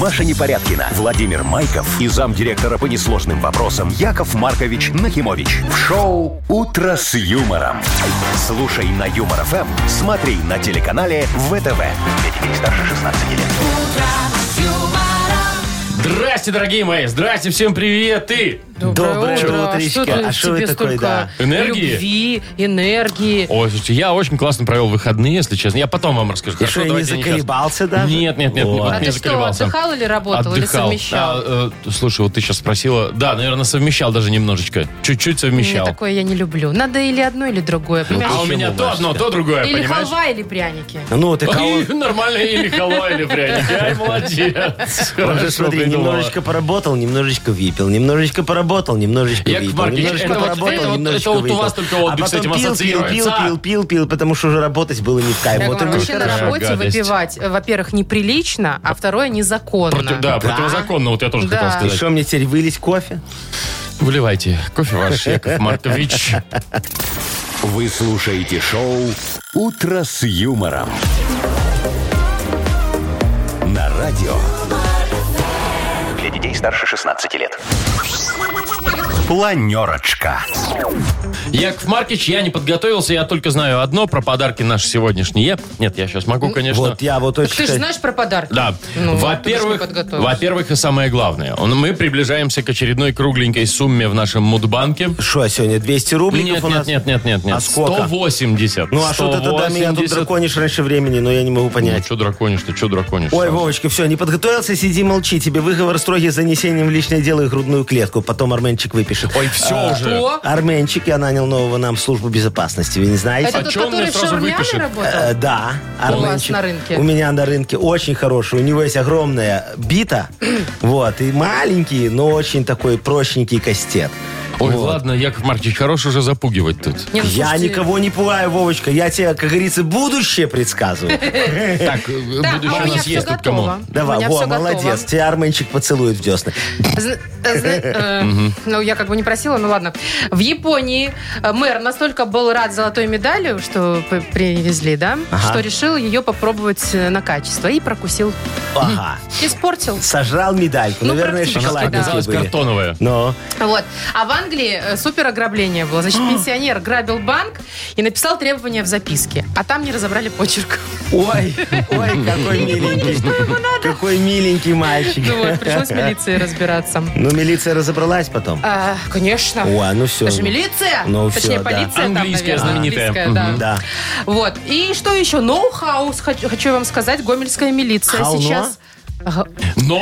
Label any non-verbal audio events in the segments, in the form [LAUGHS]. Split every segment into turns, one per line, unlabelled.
Маша Непорядкина, Владимир Майков и замдиректора по несложным вопросам Яков Маркович Нахимович. В шоу «Утро с юмором». Слушай на Юмор ФМ, смотри на телеканале ВТВ. Для детей старше 16 лет.
Здрасте, дорогие мои! Здрасте, всем привет! И...
Доброе
утро.
утречко.
Что ты-
А что вы
тебе
такой,
столько
да?
Энергии?
Любви, энергии.
Ой, слушайте, я очень классно провел выходные, если честно. Я потом вам расскажу.
И что, я не
давайте сейчас.
заколебался даже?
Нет, нет, нет,
О.
вот
А
не
ты что,
заколебался.
отдыхал или работал, или
Отдыхал.
совмещал?
А, э, слушай, вот ты сейчас спросила. Да, наверное, совмещал даже немножечко. Чуть-чуть
Мне
совмещал.
такое я не люблю. Надо или одно, или другое. понимаешь?
а у меня то одно, то другое,
Или
понимаешь?
халва, или пряники.
Ну, ты кого?
[LAUGHS] И Нормально, или халва, или пряники. Ай, молодец.
Он же,
Хорошо
смотри,
придумала.
немножечко поработал, немножечко выпил, немножечко поработал, немножечко
Яков
выпил,
Маркович,
немножечко
это вот-
поработал,
это вот-
немножечко
это вот у
выпил.
вас только отдых
а
с этим
потом пил, пил, пил,
ассоциируется.
пил, пил, пил, потому что уже работать было не в кайф.
Я
Вот
говорю,
это
вообще на
какая
работе
гадость.
выпивать, э, во-первых, неприлично, а второе, незаконно.
Против- Да, противозаконно, вот я тоже
Да.
хотел
И
сказать.
что, мне теперь вылить кофе?
Выливайте кофе ваш, Яков Маркович.
Вы слушаете шоу «Утро с юмором». На радио. Для детей старше 16 лет. Планерочка.
Яков Маркич, я не подготовился, я только знаю одно про подарки наши сегодняшние. Нет, я сейчас могу, конечно.
Вот я вот
Так
очень...
ты же
хотел-
знаешь про подарки?
Да.
Ну,
во-первых,
ты же не подготовился.
во-первых, и самое главное, он- мы приближаемся к очередной кругленькой сумме в нашем мудбанке.
Что, сегодня 200 рубликов
Нет,
у
нет,
нас?
нет, нет, нет, нет.
А сколько?
180.
Ну, а что ты тогда меня тут
180.
драконишь раньше времени, но я не могу
Ну,
понять.
что драконишь-то, что драконишь?
Ой,
сразу?
Вовочка, все, не подготовился, сиди молчи. Тебе выговор строгий с занесением в личное дело и грудную клетку. Потом Арменчик выпишет.
Ой, все уже.
О,
Арменчик, я нанял нового нам в службу безопасности. Вы не знаете?
это
А
тот,
чё он мне
который в
сразу выпишет?
шаурмями
Э,
работал?
Да,
У вас
Арменчик.
на рынке.
У меня на рынке очень хороший. У него есть огромная
[CLEARS THROAT]
бита. вот, и маленький, но очень такой прощенький кастет.
Ой, ладно, Яков Маркич, хорош уже запугивать
[LAUGHS]
тут.
Не, ну,
Я
слушайте,
никого не пугаю, Вовочка. Я тебе, как говорится, будущее
[LAUGHS]
предсказываю.
Так, э,
Да,
будущее
а у
у
меня
нас
все
есть тут
готово.
кому.
У
Давай,
меня
во,
всё готово.
молодец. Тебя Арменчик поцелует в
[CLEARS THROAT]
десны.
Зна- э, зна- э, Ну, я как бы не просила, ну ладно. В Японии э, мэр настолько был рад золотой медали, что п- привезли, да,
Ага.
что решил ее попробовать э, на качество и прокусил.
Ага.
Испортил.
Сожрал медальку.
Ну,
Наверное,
практически,
Она
шоколадники
оказалась
были.
картоновая.
Но
Вот. А в Англии э, супер ограбление было. Значит,
А.
пенсионер грабил банк и написал требования в записке. А там не разобрали почерк. [LAUGHS]
Ой,
Ну,
ой, какой миленький. Какой миленький мальчик.
Ну вот, пришлось милиции разбираться.
Ну, милиция разобралась потом.
А, конечно.
О, ну все.
Это же милиция.
Ну, всё,
Точнее,
да.
полиция
Английская
там, наверное.
знаменитая.
Английская, да.
Мгм. Да.
Вот. И что еще? Ноу-хау, с- хочу, хочу вам сказать, гомельская милиция
Хауно?
сейчас... Ага.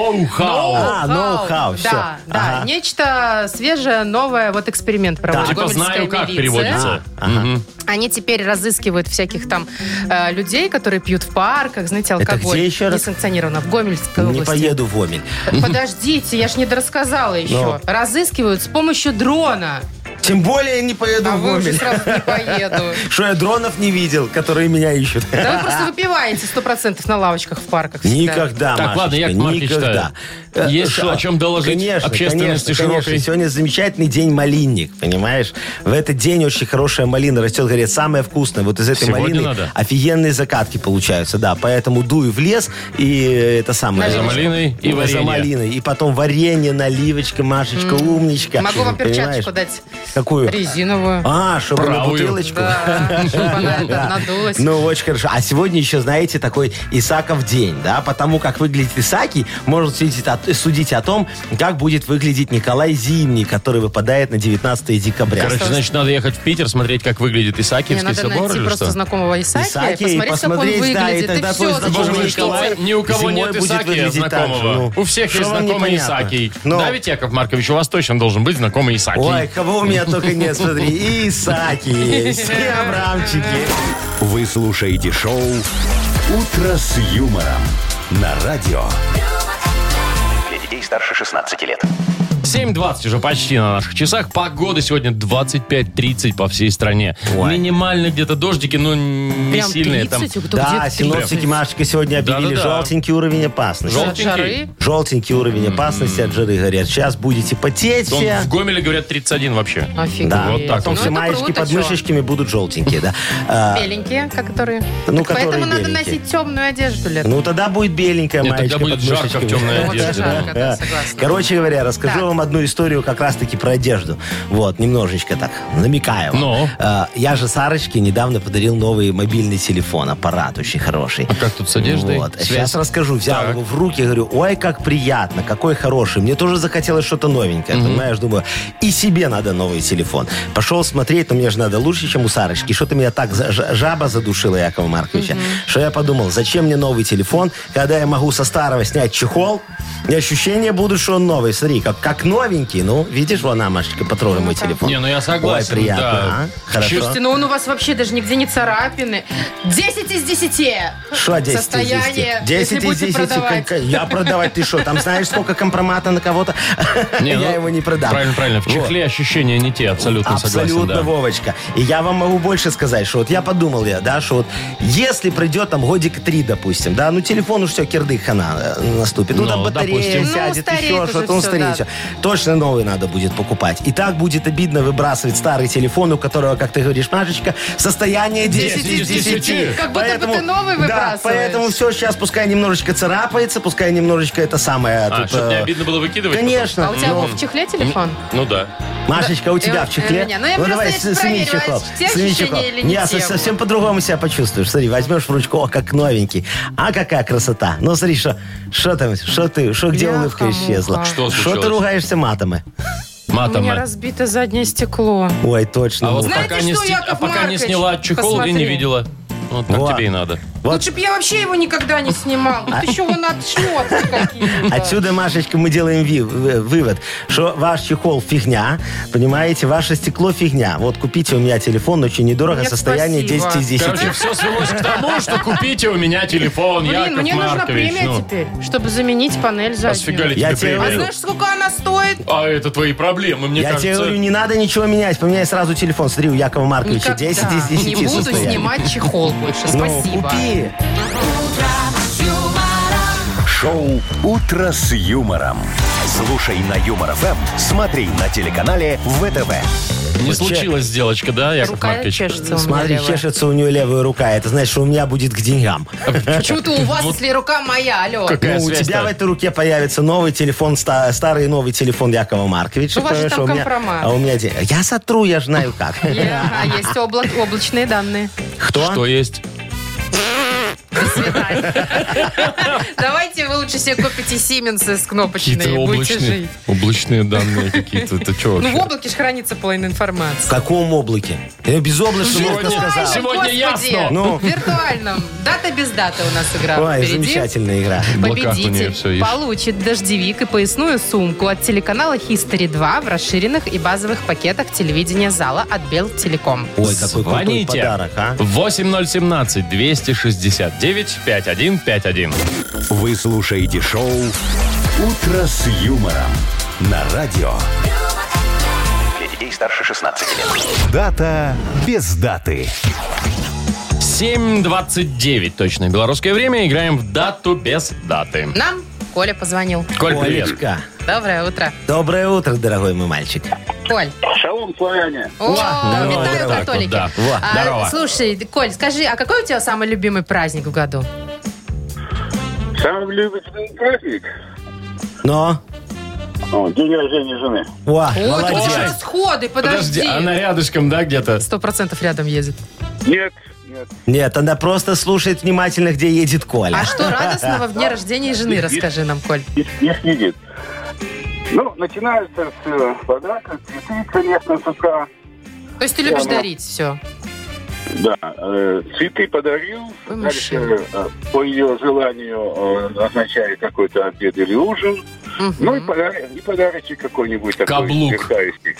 Ноу-хау.
А, ноу-хау, всё.
Да, да.
Ага.
Нечто свежее, новое. Вот эксперимент проводит
Типа
гомельская
знаю, как
милиция.
переводится.
А, Ага.
Мгм.
Они теперь разыскивают всяких там э, людей, которые пьют в парках, знаете,
Это
алкоголь.
где еще раз?
Несанкционированно, в Гомельской
Не
области.
поеду в Омель.
Подождите, я ж не дорассказала еще.
Ну.
Разыскивают с помощью дрона.
Тем более не поеду
А
в
вы уже
Омель.
сразу не поеду.
Что я дронов не видел, которые меня ищут.
Да вы просто выпиваете сто процентов на лавочках в парках. всегда.
Никогда,
Так, ладно,
Машечка,
Яков Маркович,
никогда.
да.
Э,
Есть
э,
что, о чем доложить
конечно,
общественности
конечно, конечно.
широкой?
Сегодня замечательный день малинник, понимаешь? В этот день очень хорошая малина растет, говорят, самая вкусная. Вот из этой
Сегодня
малины
надо?
офигенные закатки получаются, да. Поэтому дую в лес и э, это самое.
За
малиной и
Ну, За
варенье.
малиной. И потом варенье, наливочка, Машечка, умничка.
Могу вам перчаточку
Понимаешь?
дать.
Какую?
Резиновую.
А, чтобы на
Правую.
бутылочку. [LAUGHS]
Да, чтобы она
Да.
это надулась.
Ну, очень хорошо. А сегодня еще, знаете, такой Исаков день, да? Потому как выглядит Исаки, можно судить о, судить о том, как будет выглядеть Николай Зимний, который выпадает на 19 декабря.
Короче, значит, надо ехать в Питер, смотреть, как выглядит
Мне
Исаакиевский
надо
собор
найти
или
просто
что?
знакомого Исаакия и
Исаакия, и
посмотреть, как он
посмотреть, да, и
выглядит.
тогда
и все,
твой
зачем
Боже
знакомый
мой,
мне
Николай,
учиться?
ни у кого
Зимой
нет
будет
Исаакия
выглядеть так же,
знакомого.
ну.
У всех
Что
есть
вам
знакомый
непонятно?
Исаакий.
Ну.
Да, ведь, Яков Маркович, у вас точно должен быть знакомый Исаакий.
Ой, кого у меня только нет, смотри. Исаки есть, и Абрамчики.
Вы слушаете шоу «Утро с юмором» на радио. Для детей старше 16 лет.
7.20 уже почти на наших часах. Погода сегодня 25-30 по всей стране.
Ой.
Минимально где-то дождики, но не
Прям
сильные. там.
30, кто
Да,
где-то 30.
синоптики Машечка сегодня объявили
Да-да-да.
желтенький уровень опасности.
Жел-
От жары.
Желтенький уровень опасности от жиры, говорят. Сейчас будете потеть
Вон
все.
в Гомеле, говорят, 31 вообще.
Офигеть.
Да,
Вот так
потом
вот.
Ну,
все
это
маечки
круто,
под
чё.
мышечками будут желтенькие,
[LAUGHS]
да. А,
Беленькие, как которые.
Ну,
Так
которые
Поэтому надо
беленькие.
носить темную одежду летом.
Ну, тогда будет беленькая
Нет,
маечка
тогда будет
под
жарко в
мышечками.
темной
Вот
одежде,
жарко, да,
Да.
согласна.
Короче говоря, расскажу
Так.
вам одну историю как раз-таки про одежду. Вот, немножечко так, намекаю. вам.
Ну?
Э, Я же Сарочке недавно подарил новый мобильный телефон, аппарат очень хороший.
А Как тут с одеждой?
Вот.
Связь?
Сейчас расскажу. Взял
Так.
его в руки, говорю, ой, как приятно, какой хороший. Мне тоже захотелось что-то новенькое, понимаешь? Думаю, и себе надо новый телефон. Пошел смотреть, но мне же надо лучше, чем у Сарочки. Что-то меня так за- ж- жаба задушила, Якова Марковича, что я подумал, зачем мне новый телефон, когда я могу со старого снять чехол, и ощущения будут, что он новый. Смотри, как, как новенький. Ну, видишь, вон, она, Машечка, потрогай мой телефон.
Не, ну я согласен,
Ой, приятно,
да.
а? Хорошо.
Слушайте, ну он у вас вообще даже нигде не царапины. 10 из 10.
Что 10
Состояние,
из 10? 10
если
из
будете
10.
продавать.
кон- Я продавать, ты что? Там знаешь, сколько компромата на кого-то?
Не,
[LAUGHS] Я
ну,
его не продам.
Правильно, правильно. В
Вот.
чехле ощущения не те, абсолютно, согласен.
Абсолютно,
да.
Вовочка. И я вам могу больше сказать, что вот я подумал я, да, что вот если придет там годик три, допустим, да, ну телефон уж все, кирдык хана э, наступит. Ну,
Ну,
там батарея
допустим.
Ну,
сядет,
стареет
еще
уже
что-то, он
всё,
стареет.
да.
всё. Точно новый надо будет покупать. И так будет обидно выбрасывать старый телефон, у которого, как ты говоришь, Машечка, состояние 10 из 10.
Как будто бы ты новый
Да,
выбрасываешь.
поэтому все сейчас пускай немножечко царапается, пускай немножечко это самое...
А,
тут,
чтобы не
э,
обидно было выкидывать?
Конечно.
А у тебя
но-
Вов, в чехле телефон?
Ну да.
Машечка, у тебя
э,
в чехле?
э, меня. Ну, я просто,
давай,
значит,
с- сними
проверю,
чехол.
а те
Сними
ощущения
чехол.
или не
со-
те?
совсем по-другому себя почувствуешь. Смотри, возьмешь в ручку, о, как новенький. А какая красота. Ну, смотри, что что там, что ты, что где
Бляха-муха.
улыбка исчезла?
Что
Что
случилось?
ты ругаешься матами?
У
Матом.
меня
э.
разбито заднее стекло.
Ой, точно.
А вот
ну.
Знаете
пока, не,
что,
сти- а
Яков
пока не
Маркович?
сняла чехол и не
Посмотри.
видела. Вот так
Вот.
тебе и надо.
Вот. А?
Лучше бы я вообще его никогда не снимал. Тут еще вон от шмотки какие-то.
Отсюда, Машечка, мы делаем ви- в- вывод, что ваш чехол фигня, понимаете, ваше стекло фигня. Вот купите у меня телефон, очень недорого,
Нет,
состояние
спасибо.
10 из 10.
Короче, все свелось к тому, что купите у меня телефон, Яков
Блин, мне нужна
Маркович.
премия
ну.
теперь, чтобы заменить панель
А
заднюю.
с фига ли
Я
тебе
тебе
А
премию?
знаешь, сколько она стоит?
А это твои проблемы, мне
я тебе
кажется.
говорю, не надо ничего менять. Поменяй сразу телефон. Смотри, у Якова Марковича 10 из 10.
Не буду
состояние.
снимать чехол больше. Спасибо.
Ну, купи.
Шоу «Утро с юмором». Слушай на Юмор ФМ, смотри на телеканале ВТВ.
Не случилась девочка, да, Яков
Рука
Маркович?
чешется у меня
Смотри,
левая.
чешется у нее левая рука. Это значит, что у меня будет к
[LAUGHS]
деньгам.
Почему-то у вас, если рука моя, алло.
Как- Какая
Ну, у
связь-то?
тебя в этой руке появится новый телефон, ста- старый и новый телефон Якова Марковича.
Ну, У вас же
потому
там
что у меня-
компромат.
А у меня де- Я сотру, я же знаю как.
[LAUGHS] Я- А есть обла- облачные данные.
Кто?
Что есть?
До свидания. [LAUGHS] Давайте вы лучше себе купите Сименсы с
Какие-то
кнопочной и будете
облачные,
жить.
облачные данные какие-то. Это что
Ну, в
вообще?
облаке же хранится половина
В
информации.
каком облаке? Я безоблачно
Сегодня-
можно сказал.
сегодня- ясно.
Ну.
Ну.
В виртуальном. Дата без даты у нас игра
Ой,
впереди.
замечательная игра.
облаках у нее
Победитель
всё, ишь.
получит дождевик и поясную сумку от телеканала History 2 в расширенных и базовых пакетах телевидения зала от Белтелеком.
Ой, какой крутой
Звоните.
подарок, а.
8017-269-5151.
Вы слушаете шоу «Утро с юмором» на радио. Для детей старше 16 лет. Дата без даты.
7.29 точно белорусское время. Играем в дату без даты.
Нам Коля позвонил.
Коль, привет.
Олечка.
Доброе утро.
Доброе утро, дорогой мой мальчик.
Коль.
Шалом, славяне.
О,
здорово,
витаю
здорово.
католики.
Так вот, да.
А,
Во, здорово.
слушай, Коль, скажи, а какой у тебя самый любимый праздник в году?
Самый любимый праздник?
Но.
О, день рождения жены.
О,
Ой, тут
молодец.
уже расходы,
Подожди, а
подожди.
она рядышком, да, где-то?
Сто процентов рядом ездит.
Нет, нет.
Нет, она просто слушает внимательно, где едет Коля.
А что радостного в дне рождения жены, расскажи нам, Коль.
Не, не следит. Ну, начинается с э, подарка, цветы, конечно, с утра.
То есть ты любишь дарить все?
Да, э, цветы подарил.
Вы
Дальше,
мужчина.
э, по ее желанию, э, назначаю какой-то обед или ужин. Ну, и, подарок, и подарочек какой-нибудь. такой
Каблук.
сверкающий.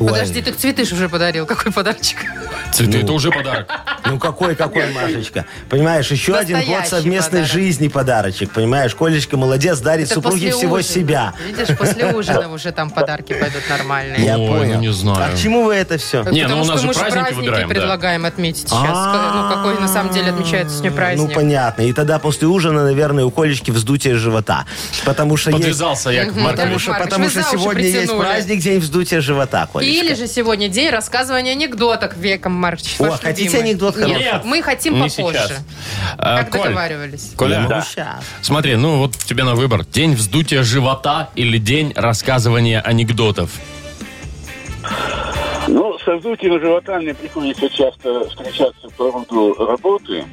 Ой.
Подожди, ты цветы ж уже подарил. Какой подарочек? [LAUGHS]
Цветы, это уже подарок.
Ну какой, какой, Машечка? Понимаешь, еще один год
Настоящий
совместной
подарок.
жизни подарочек, понимаешь? Колечка молодец, дарит
Это
супруге
после
всего
ужина.
себя.
Видишь, после ужина уже там подарки пойдут нормальные.
Я
Ой, ну
понял.
не знаю.
А к чему вы это все?
Не,
Потому
ну у нас
что
же
мы
праздники
праздники
выбираем, да.
предлагаем отметить сейчас. Ну, какой на самом деле отмечается сегодня
Ну,
праздник.
понятно. И тогда после ужина, наверное, у Колечки вздутие живота. Потому что есть...
Подвязался Яков
Мгм,
Потому
Маркович.
что,
Маркович,
потому
вы
что
за уши
сегодня есть
притянули.
праздник, день вздутия живота, Колечка.
Или же сегодня день рассказывания анекдотов веком Марч.
О, хотите анекдот
Нет,
хороший?
мы хотим
Не
попозже.
сейчас. А,
Как
Коль,
договаривались.
Я
Коля,
могу Ну, щас.
смотри, ну вот тебе на выбор. День вздутия живота или день рассказывания анекдотов?
Ну, со вздутием живота мне приходится часто встречаться по роду работы.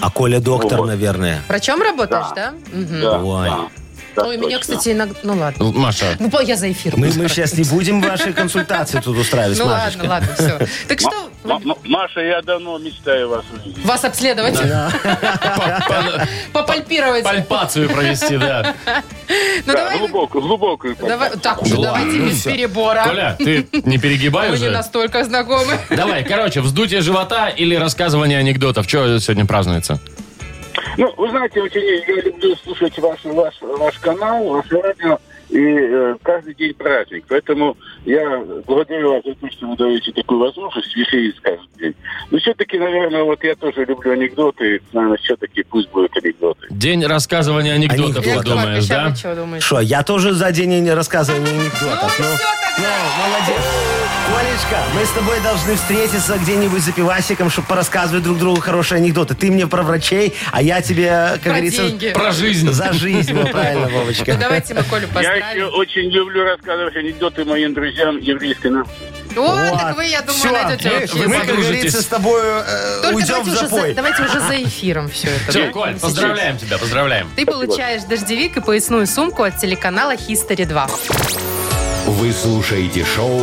А Коля доктор,
Вот.
наверное.
Врачом работаешь, да? Мгм.
Да,
Ой.
да, так
Ну, и меня,
точно.
кстати, иногда... Ну, ладно.
Л-
[LAUGHS]
Маша,
Ну, по- я за эфир.
Мы, мы сейчас не будем ваши консультации тут устраивать,
Ну,
Машечка.
ладно, ладно, все. Так
Ма-
что...
Ма- Ма- Маша, я давно мечтаю вас увидеть.
Вас обследовать,
пал-
попальпировать.
пальпацию провести, да.
Ну,
Да,
давай...
глубокую, глубокую.
Давай, так уже,
Ну,
давайте
ладно,
без перебора.
Коля, ты не перегибай
Мы не
уже.
настолько знакомы.
Давай, короче, вздутие живота или рассказывание анекдотов. Что сегодня празднуется?
Ну, вы знаете, очень я люблю слушать ваш, ваш, ваш канал, ваше радио, и э, каждый день праздник. Поэтому я благодарю вас за то, что вы даете такую возможность веселить каждый день. Но все-таки, наверное, вот я тоже люблю анекдоты, и, наверное, все-таки пусть будут анекдоты.
День рассказывания анекдотов,
Анекдотов.
ты думаешь,
Яков Маркович, а
да?
вы чё думаете?
Что, я тоже за день и не рассказывал ни анекдотов.
Ну,
Ну,
всё тогда.
ну, молодец. Колечка, мы с тобой должны встретиться где-нибудь за пивасиком, чтобы порассказывать друг другу хорошие анекдоты. Ты мне про врачей, а я тебе, как
Про
говорится,
деньги.
Про жизнь.
за жизнь. Вот Правильно, Вовочка.
Ну, давайте мы Колю
Я еще
поздравим.
очень люблю рассказывать анекдоты моим друзьям еврейской нации.
О, так вы, я думаю,
Всё,
найдете
мы-
вы
общий
Мы,
язык.
как говорится,
подружитесь.
с тобой э,
Только
уйдем в
давайте уже, за,
запой.
давайте уже за эфиром все это.
Все,
да?
Коль,
Сейчас.
поздравляем тебя, поздравляем.
Ты получаешь дождевик и поясную сумку от телеканала History 2.
Вы слушаете шоу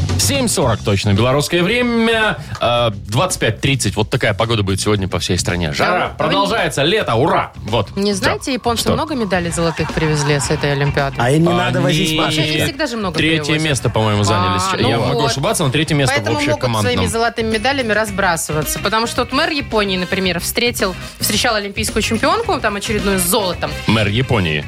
7.40 точно, белорусское время. Э, 25.30, вот такая погода будет сегодня по всей стране. Жара,
Да,
продолжается, лето, ура! Вот.
Не знаете, японцы
Что?
много медалей золотых привезли с этой Олимпиады?
А им не
Они-
надо возить
Вообще,
Машечка.
их всегда же много
Третье
привозят.
место, по-моему, заняли.
А,
сейчас.
ну
Я могу
вот.
ошибаться, но третье место
Поэтому
в
могут своими
общекомандном.
золотыми медалями разбрасываться. Потому что вот мэр Японии, например, встретил, встречал олимпийскую чемпионку, там очередную с золотом.
Мэр Японии.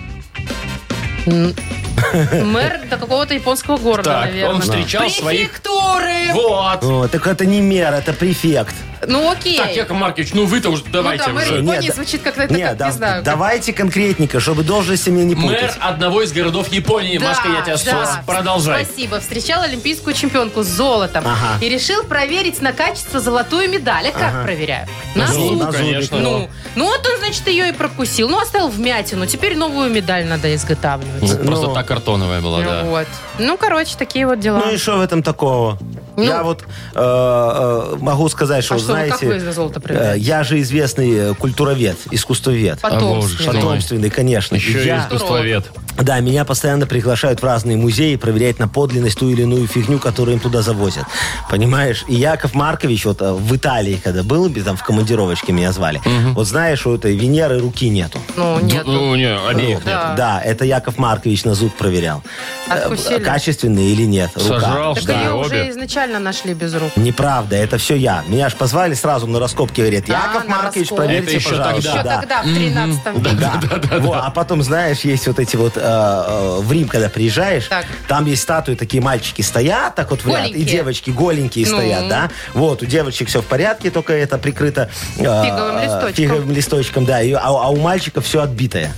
Мэр до какого-то японского города,
Так, он
наверное.
встречал своих-
Префектуры!
Вот.
О, так это не мер, это префект. Э,
Ну окей.
Так, Яков Маркович, ну вы-то уже давайте
ну, да, мэр
уже.
Японии
Нет,
звучит как-то, это
Не,
как,
да-
не знаю. как-
давайте конкретненько, чтобы должности мне не
Мэр
путать.
одного из городов Японии.
Да,
Машка, я тебя
да.
спас. Продолжай.
Спасибо. Встречал олимпийскую чемпионку с золотом.
Ага.
И решил проверить на качество золотую медаль. А как проверяю? На
зуб,
зуб.
на зуб.
конечно.
Ну, ну вот он, значит, ее и прокусил. Ну, оставил вмятину. Теперь новую медаль надо изготавливать.
Ну, Просто так картоновая была,
Ну
да.
вот. Ну, короче, такие вот дела.
Ну и что в этом такого?
Ну.
я вот э, э, могу сказать, что,
а
вот
что, вы как
знаете,
вы золото
э,
проверяете?
я же известный э, культуровед, искусствовед.
А, боже,
Потомственное.
что Потом.
Потомственный, конечно.
Еще и
Я-
искусствовед.
да, меня постоянно приглашают в разные музеи проверять на подлинность ту или иную фигню, которую им туда завозят. Понимаешь? И Яков Маркович, вот э, в Италии, когда был, там в командировочке меня звали, вот знаешь, у этой Венеры руки нету.
Ну, нет.
Ну, не,
Э,
обеих нет.
Да.
Да, это Яков Маркович на зуб проверял. Э,
Откусили?
Качественный или нет. Рука.
Сожрал,
Так
что ли,
ее уже
обе?
изначально нашли без рук.
Неправда, это все я. Меня ж позвали сразу на раскопки, говорят, Яков
А, на
Маркович,
раскопки.
Это
проверьте,
еще
пожалуйста.
Еще
Да.
тогда, в 13 веке.
Да. Во, А потом, знаешь, есть вот эти вот э, э, в Рим, когда приезжаешь,
Так.
там есть статуи, такие мальчики стоят, так вот в ряд, и
Голенькие.
девочки голенькие
Ну.
стоят, да. Вот, у девочек все в порядке, только это прикрыто э,
Фиговым листочком.
фиговым листочком, да. И- а, а у мальчиков все отбитое.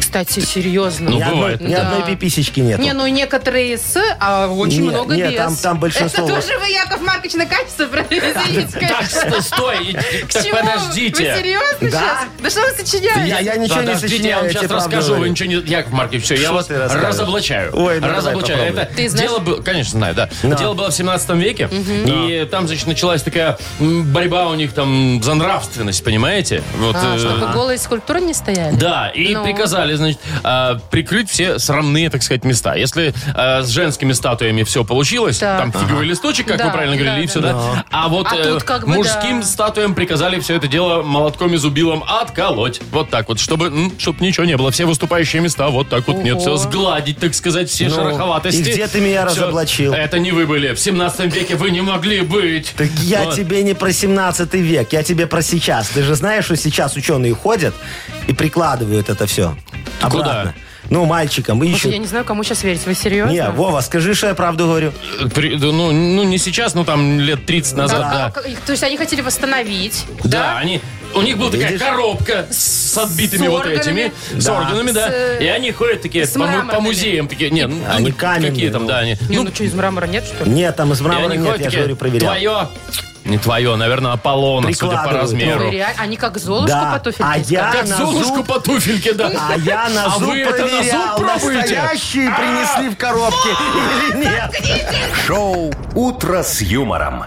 Кстати, серьезно.
Ну,
ни одной,
бывает
ни
такое.
одной пиписечки нету.
Не, ну некоторые с, а очень
Не,
много
не,
без.
там- там большинство-
Это тоже вы, Яков Маркович, на качество произведите.
Так,
[LAUGHS]
сто- стой, и-
К
так
чему? Вы
подождите. Э,
серьезно
Да?
сейчас? Да что вы сочиняете?
Я, я ничего не
Подождите, я
сочиняю.
вам
тебе
сейчас
правду
расскажу. Вы
говорю.
ничего не... Яков Маркович, все, я
Что
вас
ты расскажешь?
разоблачаю.
Ой, ну давай,
разоблачаю.
попробуй.
Это
Ты знаешь-
дело было... Конечно, знаю, да.
Да.
Дело было в 17 веке. И там, значит, началась такая м, борьба у них там за нравственность, понимаете? Вот,
А,
э,
чтобы голые скульптуры не стояли?
Да, и
Ну.
приказали, значит, э, прикрыть все срамные, так сказать, места. Если э, с женскими статуями все получилось,
Так.
там фиговый листочек, как
Да,
вы правильно говорили,
да,
и все, да.
да.
А вот
А
э,
тут как бы
мужским
да.
статуям приказали все это дело молотком и зубилом отколоть. Вот так вот, чтобы, чтобы ничего не было. Все выступающие места вот так вот, нет, все
Ого.
сгладить, так сказать, все
Ну,
шероховатости.
и где ты меня
Всё.
разоблачил?
Это не вы были. В 17 веке вы не могли быть.
Так я
Вот.
тебе не про 17 век, я тебе про сейчас. Ты же знаешь, что сейчас ученые ходят и прикладывают это все.
куда?
Ну, мальчикам
Слушай,
ищут.
Я не знаю, кому сейчас верить. Вы серьезно?
Не, Вова, скажи, что я правду говорю.
При- да, ну, ну, не сейчас, но там лет 30
Да,
назад, да.
как- их- То есть они хотели восстановить,
Да,
да?
они... У них была такая
Видишь?
коробка с отбитыми
С
вот
органами.
этими, с органами, да.
С, э,
И они ходят такие
с
по, му- по
мраморными.
музеям, такие, нет, ну,
Они
ну, какие
каменные,
там,
ну.
да, они.
Не, ну, что, из мрамора нет, что ли?
Нет, там из
И
мрамора
они
нет,
ходят
я же
такие,
говорю, проверял.
твое, не твое, наверное, Аполлона, судя по
Прикладывают.
Вы
размеру.
Типа, реаль- Они как типа. Золушка
Да.
по туфельке
А
скачут.
я-
Как
на
Золушку
зуб.
по туфельке, да.
А я на
А
зуб
вы это на зуб
проверял,
пробуете?
настоящие принесли в коробке или нет.
Шоу «Утро с юмором».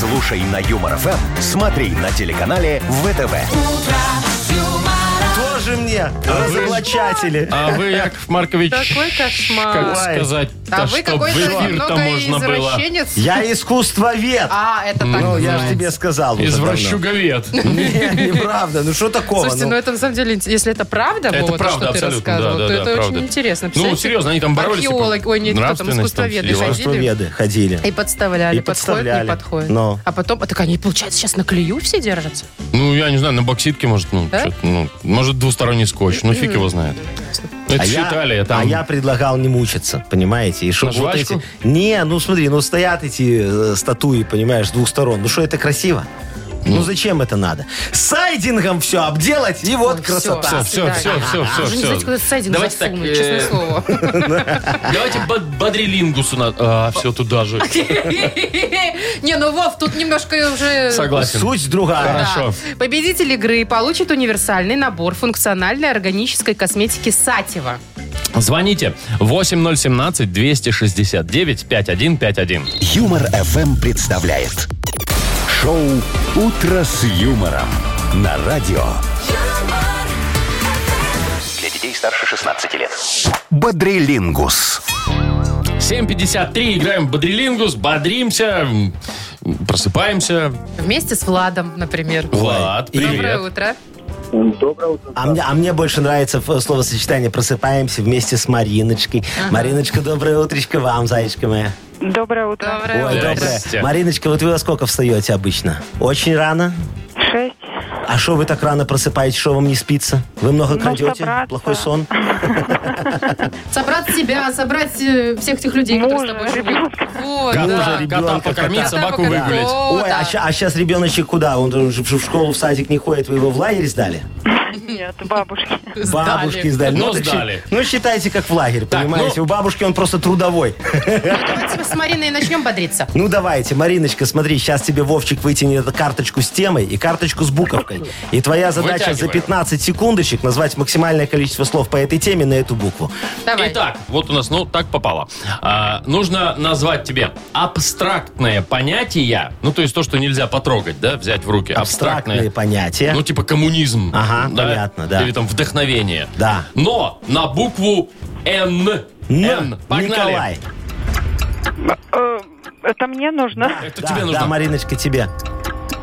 Слушай на Юмор ФМ, смотри на телеканале ВТВ.
Тоже мне разоблачатели.
А вы, Яков Маркович,
Такой кошмар.
как
Ой.
сказать,
А
да
вы
чтоб в
какой-то
эфир-то
немного
можно было.
извращенец.
Я искусствовед.
А, это так
Ну, я же
называется.
тебе сказал. уже
Извращуговед.
давно. [LAUGHS] Не, неправда. Ну, что такого?
Слушайте, ну
ну?
это на самом деле, если это правда,
Это
Вова, то,
правда,
что ты
абсолютно, да,
рассказывал,
да,
то
да,
это
правда.
очень интересно.
Ну,
Представляете,
серьезно, они там боролись. типа,
Археолог, ой, нет, кто там,
нравственность там,
искусствоведы
все дела.
ходили.
Искусствоведы ходили.
И подставляли,
И
подходит, не
подставляли.
подходит.
Но.
А потом, а так они, получается, сейчас на клею все держатся?
Ну, я не знаю, на бокситке, может, ну,
Да?
чё-то, ну, может, двусторонний скотч, ну, фиг его знает. Это
А
же
я-
Италия, там...
А я предлагал не мучиться, понимаете? И чтоб
На
вот
жвачку?
эти... Не, ну смотри, ну стоят эти э, статуи, понимаешь, с двух сторон. Ну что, это красиво? Ну, зачем это надо? Сайдингом все обделать, и вот
Ой,
красота.
всё,
Всё, всё,
да,
всё,
да.
всё, всё,
Уже не
всё.
знаете, куда сайдинг
Давайте
засунуть,
так, э,
честное слово. [LAUGHS]
Давайте бод- бодрилингус у нас... А, все туда
[LAUGHS]
же.
Не, ну, Вов, тут немножко уже...
Согласен.
Суть другая.
Да.
Хорошо.
Победитель игры получит универсальный набор функциональной органической косметики Сатева.
Звоните 8017-269-5151.
Юмор ФМ представляет. Шоу «Утро с юмором» на радио
юмор,
Для детей старше 16 лет.
«Бодрилингус».
7.53, играем в бодрилингус, бодримся, м, просыпаемся.
Вместе с Владом, например.
Влад,
Доброе
привет.
утро.
Доброе утро.
А мне, а мне больше нравится ф- словосочетание «просыпаемся вместе с Мариночкой». Мариночка, доброе утречко вам, зайчка моя.
Доброе утро.
Доброе
Ой,
утро.
доброе.
Здрасте.
Мариночка, вот вы во сколько встаете обычно? Очень рано?
Шесть.
А что вы так рано просыпаетесь? Что вам не спится? Вы много крадете?
собраться.
Плохой сон?
Собрать себя, собрать э, всех тех людей,
Мужа,
которые с тобой живут. [LAUGHS] Вот,
Кота,
да.
ребенка,
кота
кота.
покормить,
Кота
собаку
покормить.
выгулять.
О,
Ой,
да.
а, сейчас ребеночек куда? Он же в в школу, в садик не ходит. Вы его в лагерь сдали?
Нет, бабушки.
Сдали.
Бабушки сдали.
Ну,
так щи-
сдали.
Ну, считайте, как в лагерь,
Так,
понимаете?
ну-
У бабушки он просто трудовой.
Давайте с Мариной начнем бодриться.
Ну, давайте, Мариночка, смотри, сейчас тебе Вовчик вытянет карточку с темой и карточку с буковкой. И твоя задача за
Вытягиваю.
15 секундочек назвать максимальное количество слов по этой теме на эту букву.
Давай.
Итак, вот у нас, ну, так попало. А, нужно назвать тебе абстрактное понятие, ну, то есть то, что нельзя потрогать, да, взять в руки.
Абстрактные
Абстрактное.
понятия.
Ну, типа коммунизм.
Ага, понятно, да.
Или там вдохновение.
Да.
Но на букву Н.
Но,
Ну, Н. Погнали.
Николай.
Э, Это мне нужно.
Это
да,
тебе нужно.
да, Мариночка, тебе.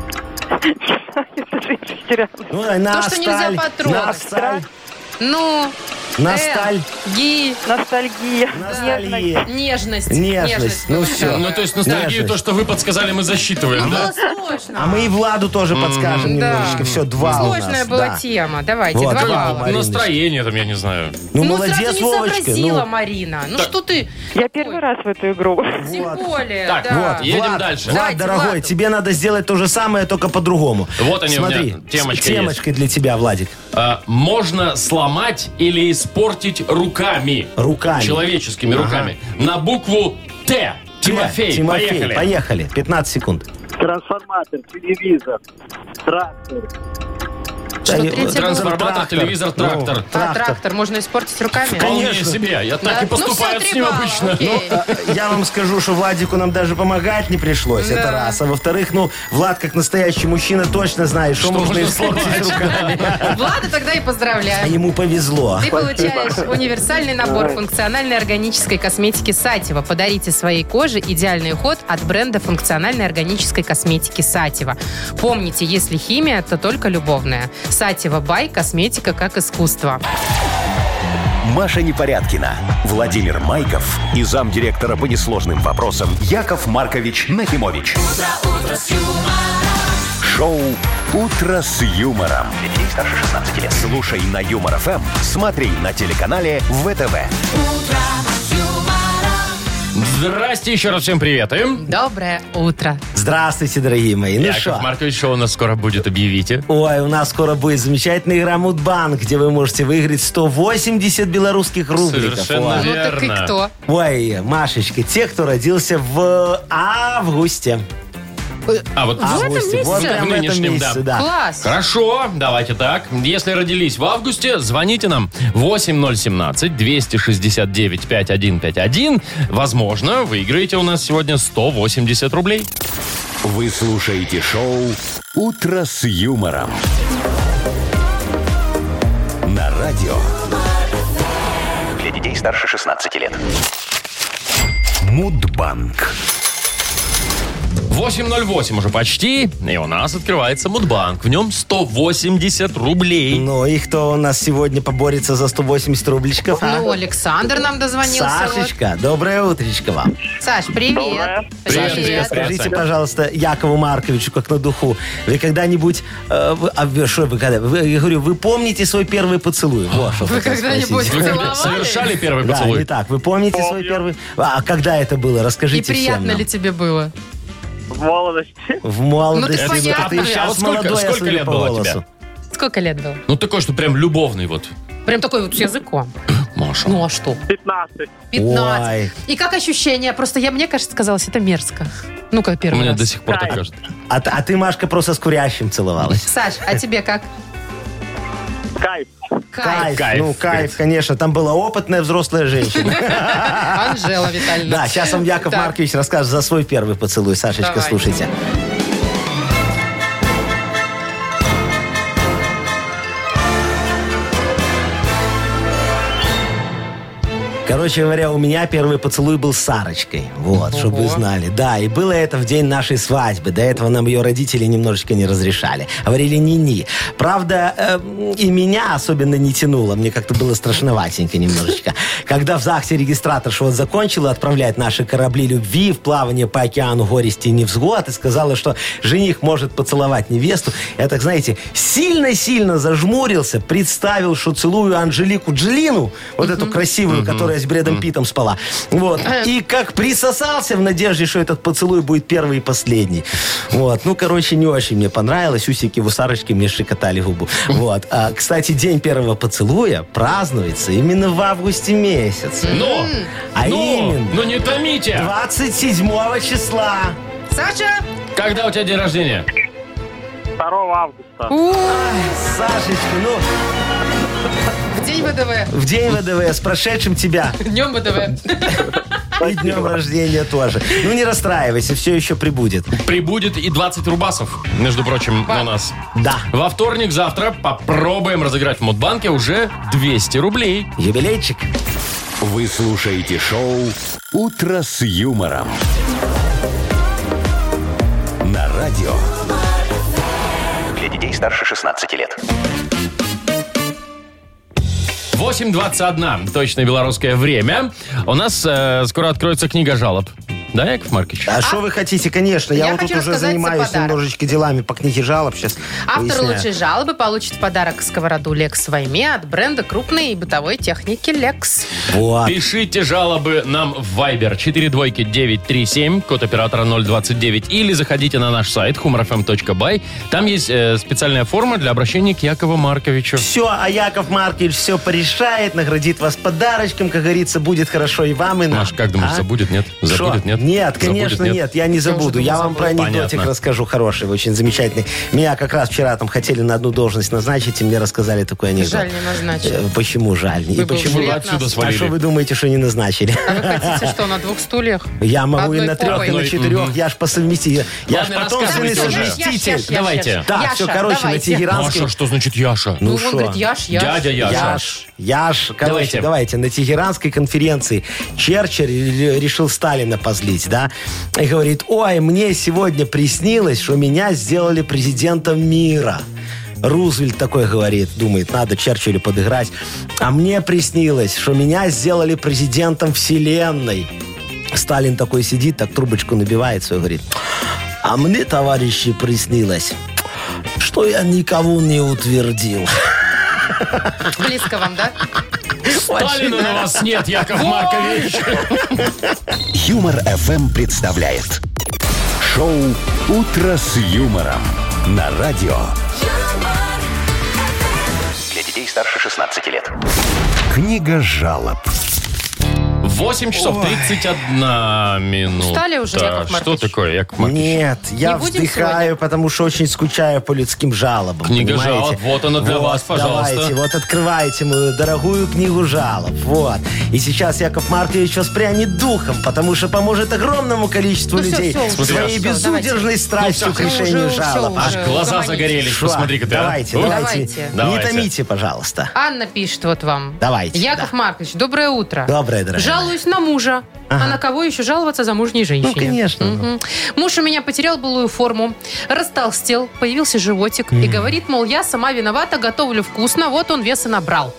Я даже
[LAUGHS]
растерялась.
Ну, на
что нельзя
сталь,
потрогать.
На сталь,
Ну,
на
Э,
сталь,
ги,
Ностальгия.
Ностальгия.
нежность. Ну,
Нежность. Ну, всё.
Ну, то есть ностальгию,
Нежность.
то, что вы подсказали, мы засчитываем, да?
Было сложно.
А мы и Владу тоже подскажем
Да.
немножечко. Все, два у
Сложная
нас.
была
да.
тема. Давайте,
Вот,
два
да.
балла.
Мариночка.
Настроение там, я не знаю.
Ну,
сразу
молодец,
не
Вовочка.
сообразила,
Ну,
Марина. Ну, что ты...
Я первый раз в эту игру.
Тем
вот.
более,
Так,
да.
Вот,
Едем
Влад,
дальше.
Влад,
Давайте,
дорогой,
Владу.
тебе надо сделать то же самое, только по-другому.
Вот они у меня,
Смотри,
темочка
с- темочкой для тебя, Владик.
А, можно сломать или испортить руками.
Руками.
Человеческими
Ага.
руками. На букву Т. Тимофей,
Э, Тимофей,
поехали.
поехали. 15 секунд.
Трансформатор, телевизор, трактор,
Что,
Да, и-
третье было?
Трансформатор, телевизор, трактор.
Ну,
А, трактор. можно испортить руками?
Вполне
Конечно.
себе. Я так
Да?
и поступаю
ну, все,
с
три
ним
балла,
обычно.
окей.
Э, Я вам скажу, что Владику нам даже помогать не пришлось, это раз. А во-вторых, ну, Влад, как настоящий мужчина, точно знает, что,
Что
можно
можно
испортить
сломать,
руками.
Влада тогда и
А
поздравляю.
ему
[LAUGHS]
повезло.
Ты получаешь универсальный набор функциональной органической косметики Сатева. Подарите своей коже идеальный уход от бренда функциональной органической косметики Сатева. Помните, если химия, то только любовная. Сатева Бай. Косметика как искусство.
Маша Непорядкина, Владимир Майков и замдиректора по несложным вопросам Яков Маркович Нахимович. Шоу Утро с юмором. Детей старше 16 лет. Слушай на юмор ФМ, смотри на телеканале ВТВ.
Здрасте, еще раз всем привет. Им.
Доброе утро.
Здравствуйте, дорогие мои. Ну
Яков
что?
Маркович, что у нас скоро будет, объявите.
Ой, у нас скоро будет замечательная игра Мудбанк, где вы можете выиграть 180 белорусских рубликов.
Совершенно
Ой.
Ну так и
Верно.
кто?
Ой, Машечка, те, кто родился в августе.
А вот
А, этом
Августе, вот
месяце?
прям
В
в этом
нынешнем,
месяце, да.
Класс.
Хорошо, давайте так. Если родились в августе, звоните нам 8017-269-5151. Возможно, выиграете у нас сегодня 180 рублей.
Вы слушаете шоу Утро с юмором. На радио
Для детей старше 16 лет.
Мудбанк.
8.08 уже почти, и у нас открывается Мудбанк. В нем 180 рублей.
Ну и кто у нас сегодня поборется за 180 рубличков, а?
Ну, Александр нам дозвонился. вот.
Сашечка, доброе утречко вам.
Саш, привет.
Привет, привет.
Скажите,
Сань.
пожалуйста, Якову Марковичу, как на духу, вы когда-нибудь... э, вы- а вы- что вы когда... вы- я говорю, вы помните свой первый поцелуй? Вот, что
Вы
хотел
когда-нибудь
спросить.
Вы когда
целовались?
совершали первый
Да,
поцелуй?
не так. Вы помните свой первый... А когда это было?
И
Расскажите всем
приятно
нам.
ли тебе было?
В молодости.
В молодости.
Ну, ты
ну,
понятно.
ты
А вот
сейчас
сколько-
молодой,
сколько
судя
лет
по
было
голосу.
тебе?
Сколько лет было?
Ну, такой, что прям любовный вот.
Прям такой вот с языком.
Маша.
Ну а что?
15.
15.
Ой.
И как ощущение? Просто я, мне кажется, казалось, это мерзко. Ну-ка,
у
первый
меня
раз.
до сих пор так
Кайф.
кажется.
А, т- а ты, Машка, просто с курящим целовалась.
Саш, а тебе как?
Кайф.
Кайф.
Кайф.
Ну, кайф, конечно. Там была опытная взрослая женщина.
[LAUGHS] Анжела Витальевна.
Да, сейчас вам Яков
Так.
Маркович расскажет за свой первый поцелуй. Сашечка,
Давай.
слушайте. Короче говоря, у меня первый поцелуй был с Сарочкой. Вот, чтобы вы знали. Да, и было это в день нашей свадьбы. До этого нам ее родители немножечко не разрешали. Говорили «ни-ни». Правда, э, и меня особенно не тянуло. Мне как-то было страшноватенько немножечко. Когда в ЗАГСе регистратор что вот закончила отправлять наши корабли любви в плавание по океану горести и невзгод и сказала, что жених может поцеловать невесту, я так, знаете, сильно-сильно зажмурился, представил, что целую Анжелику Джелину, вот эту красивую, которая с Бредом Питом спала. Вот. И как присосался в надежде, что этот поцелуй будет первый и последний. Вот. Ну, короче, не очень мне понравилось. Усики в усарочке мне шикотали губу. Вот. А, кстати, день первого поцелуя празднуется именно в августе месяце.
Но!
А
ну,
именно.
ну не томите!
27 числа.
Саша!
Когда у тебя день рождения?
2 августа.
У,
Сашечка, ну,
В день ВДВ.
в день ВДВ, с прошедшим тебя.
Днем ВДВ.
И днем рождения тоже. Ну, не расстраивайся, все еще прибудет.
Прибудет и 20 рубасов, между прочим, у нас.
Да.
Во вторник, завтра попробуем разыграть в Мудбанке уже 200 рублей.
Юбилейчик.
Вы слушаете шоу «Утро с юмором». На радио
Для детей старше 16 лет.
8.21, точно белорусское время. У нас э, скоро откроется книга жалоб. Да, Яков Маркич?
А что вы хотите? Конечно, я,
Я
вот
хочу
тут уже
рассказать за
занимаюсь
подарок.
немножечко делами по книге жалоб сейчас.
Автор
выясняю.
лучшей жалобы получит в подарок сковороду Лекс Вайме от бренда крупной и бытовой техники Лекс.
Вот.
Пишите жалобы нам в Viber 42937, код оператора 029, или заходите на наш сайт humorfm.by. Там есть э, специальная форма для обращения к Якову Марковичу.
Все, а Яков Маркович все порешает, наградит вас подарочком, как говорится, будет хорошо и вам, и нам.
Маш, как думаешь,
А?
забудет, нет? Забудет,
Шо?
нет?
Нет, конечно,
нет?
нет, я не забуду. Я вам про анекдотик
Понятно.
расскажу хороший, очень замечательный. Меня как раз вчера там хотели на одну должность назначить, и мне рассказали такой анекдот.
Жаль, не назначили.
Э, Почему жаль? И
Вы бы
почему...
ушли
Вы
от
отсюда
А
нас.
что
свалили. Ну,
вы думаете, что не назначили?
А вы хотите что, на двух стульях?
Я могу и
Одной
на трех, и
попой.
на четырех. Я ж по совместителю. Я ж
Ладно,
потомственный
рассказывайте уже.
совместитель.
Давайте.
Так, все, короче, на
Маша,
тегеранском...
что значит Яша?
Ну,
Ну
он
шо?
говорит, яш, яш.
Дядя Яша.
Яш, Яш, короче,
Давайте.
давайте. на Тегеранской конференции Черчилль решил Сталина позлить, да, и говорит, ой, мне сегодня приснилось, что меня сделали президентом мира. Рузвельт такой говорит, думает, надо Черчиллю подыграть. А мне приснилось, что меня сделали президентом вселенной. Сталин такой сидит, так трубочку набивает свою, говорит, а мне, товарищи, приснилось, что я никого не утвердил.
Близко вам, да?
Сталина на вас нет,
[LAUGHS]
Яков Маркович.
Юмор FM представляет шоу Утро с юмором на радио.
юмор,
Для детей старше 16 лет.
Книга жалоб.
8 часов 31 минута.
Устали уже, Яков
Что
Маркович?
такое, Яков Маркович?
Нет, я
будем
вздыхаю, потому что очень скучаю по людским жалобам.
Книга
понимаете?
жалоб, вот она для вас, пожалуйста.
Давайте, вот открывайте мою дорогую книгу жалоб. Вот. И сейчас Яков Маркович воспрянет духом, потому что поможет огромному количеству
Ну всё,
людей
всё, уже
своей
всё,
безудержной страстью к
Ну
решению
уже,
жалоб.
всё
Аж
уже.
глаза
Угомонитесь.
загорелись,
Шла.
посмотри-ка ты. а.
давайте,
Ух.
давайте,
Давайте.
Не томите, пожалуйста.
Анна пишет вот вам.
Давайте,
Яков Маркович, доброе утро.
Доброе, дорогая.
Жалуюсь на мужа. А на кого еще жаловаться замужней женщине?
конечно, ну.
Мгм. Муж у меня потерял былую форму, растолстел, появился животик и говорит, мол, я сама виновата, готовлю вкусно, вот он вес и набрал.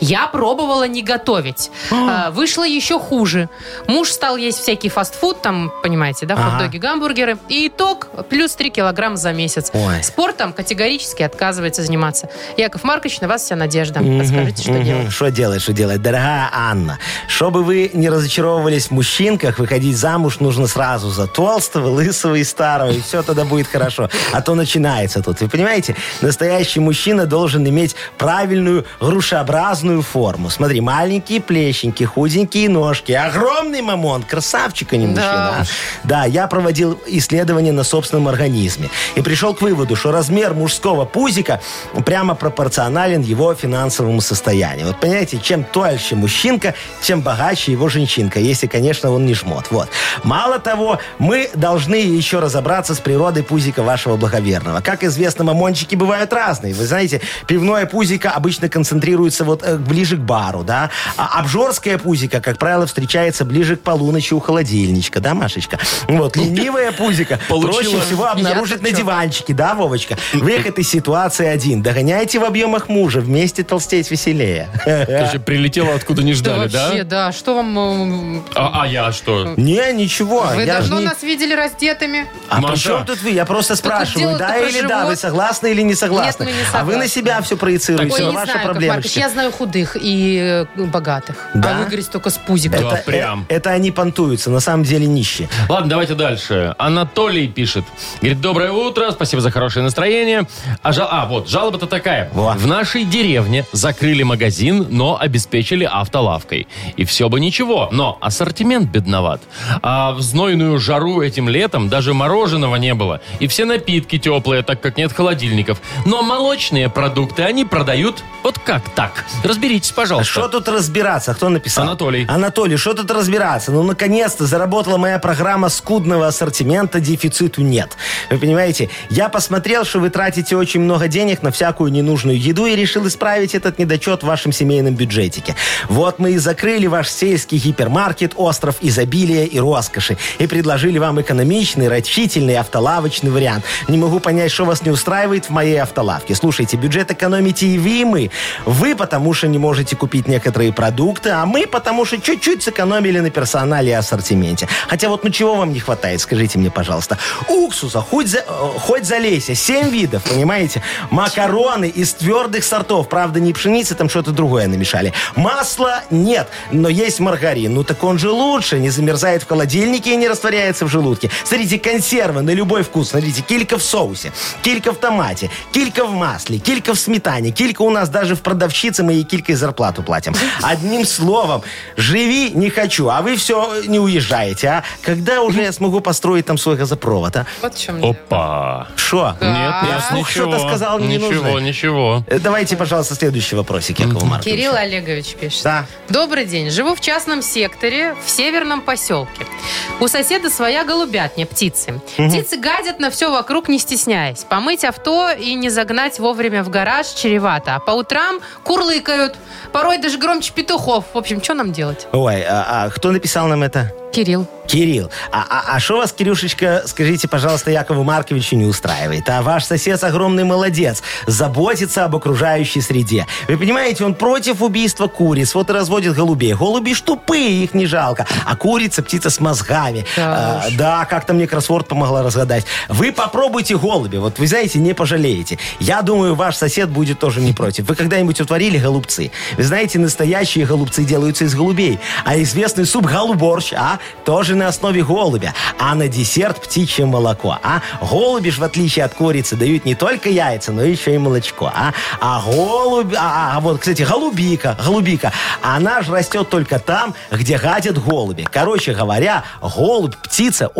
Я пробовала не готовить. А, Вышло еще хуже. Муж стал есть всякий фастфуд, там, понимаете, да,
Ага.
хот-доги, гамбургеры. И итог плюс 3 килограмма за месяц.
Ой.
Спортом категорически отказывается заниматься. Яков Маркович, на вас вся надежда.
Мгм,
Подскажите, что
мгм.
делать.
Что делать, что делать? Дорогая Анна, чтобы вы не разочаровывались в мужчинках, выходить замуж нужно сразу за толстого, лысого и старого, и все тогда будет хорошо. А то начинается тут. Вы понимаете, настоящий мужчина должен иметь правильную грушеобразную форму. Смотри, маленькие плещеньки, худенькие ножки, огромный мамон, красавчик, а не мужчина.
Да
а.
уж.
Да, я проводил исследование на собственном организме и пришел к выводу, что размер мужского пузика прямо пропорционален его финансовому состоянию. Вот понимаете, чем тольше мужчинка, тем богаче его женщинка, если, конечно, он не жмот. Вот. Мало того, мы должны еще разобраться с природой пузика вашего благоверного. Как известно, мамончики бывают разные. Вы знаете, пивное пузико обычно концентрируется вот э, ближе к бару, да, а обжорское пузико, как правило, встречается ближе к полуночи у холодильничка, да, Машечка? Вот, ленивое пузико
Получила.
проще всего обнаружить на диванчике, да, Вовочка? Выход из ситуации один. Догоняйте в объемах мужа, вместе толстеть веселее. [LAUGHS]
Короче, прилетела откуда не ждали, да?
вообще, да. Что вам... э,
А, а я что?
Не, ничего.
Вы
А, я ж
давно
не-
нас видели раздетыми.
А
Маша.
при чем тут вы? Я просто спрашиваю,
дело-то
да
про
или да,
живот?
вы согласны или не согласны?
Нет, мы не
А вы
согласны.
на себя все проецируете,
Ой,
на
не
ваши
знаю, Яков
проблемы.
Маркович, я знаю худых и э, богатых.
Да?
А вы, говорите, только с пузиком.
Да. прям.
э- это они понтуются, на самом деле нищие.
Ладно, давайте дальше. Анатолий пишет. Говорит, доброе утро, спасибо за хорошее настроение. А, жал- а, вот, жалоба-то такая.
Во.
В нашей деревне закрыли магазин, но обеспечили автолавкой. И все бы ничего, но ассортимент бедноват. А в знойную жару этим летом даже мороженого не было. И все напитки теплые, так как нет холодильников. Но молочные продукты они продают вот как так. Разберитесь,
А
пожалуйста.
Что тут разбираться? Кто написал?
Анатолий.
Анатолий, что тут разбираться? Ну, наконец-то заработала моя программа скудного ассортимента, дефициту нет. Вы понимаете, я посмотрел, что вы тратите очень много денег на всякую ненужную еду и решил исправить этот недочет в вашем семейном бюджетике. Вот мы и закрыли ваш сельский гипермаркет «Остров изобилия и роскоши» и предложили вам экономичный, рачительный, автолавочный вариант. Не могу понять, что вас не устраивает в моей автолавке. Слушайте, бюджет экономите и вы, и мы. Вы потому что не можете купить некоторые продукты, а мы потому что чуть-чуть сэкономили на персонале и ассортименте. Хотя вот ну чего вам не хватает, скажите мне, пожалуйста. Уксуса, хоть, за, э, хоть залейся, семь видов, понимаете? Макароны из твердых сортов, правда не пшеницы, там что-то другое намешали. Масла нет, но есть маргарин. Ну так он же лучше, не замерзает в холодильнике и не растворяется в желудке. Смотрите, консервы на любой вкус, смотрите, килька в соусе, килька в томате, килька в масле, килька в сметане, килька у нас даже в продавщице мы мы ей килькой зарплату платим. Одним словом, живи не хочу, а вы все не уезжаете, а? Когда уже я смогу построить там свой газопровод, а?
Вот в чем дело.
Опа.
Шо?
Нет, нет,
Ну,
ничего.
что-то сказал, не
ничего,
нужно.
ничего.
Э, Давайте, пожалуйста, следующий вопросик, Якова Марковича.
Кирилл а Олегович пишет.
Да.
Добрый день. Живу в частном секторе в северном поселке. У соседа своя голубятня, птицы. Птицы гадят на все вокруг, не стесняясь. Помыть авто и не загнать вовремя в гараж чревато. А по утрам курлыкают. Порой даже громче петухов. В общем, что нам делать?
Ой, а, а кто написал нам это?
Кирилл.
Кирилл. А- А а что вас, Кирюшечка, скажите, пожалуйста, Якову Марковичу не устраивает? А ваш сосед огромный молодец. Заботится об окружающей среде. Вы понимаете, он против убийства куриц. Вот и разводит голубей. Голуби ж тупые, их не жалко. А курица птица с мозгами.
Да
А, да, как-то мне кроссворд помогла разгадать. Вы попробуйте голуби. Вот вы знаете, не пожалеете. Я думаю, ваш сосед будет тоже не против. Вы когда-нибудь утворили голубцы? Вы знаете, настоящие голубцы делаются из голубей. А известный суп голуборщ, а? Тоже на основе голубя. А на десерт птичье молоко, а? Голуби ж, в отличие от курицы, дают не только яйца, но еще и молочко, а? А голубь... А, а, а вот, кстати, голубика, голубика. Она же растет только там, где гадят голуби. Короче говоря, голубь – птица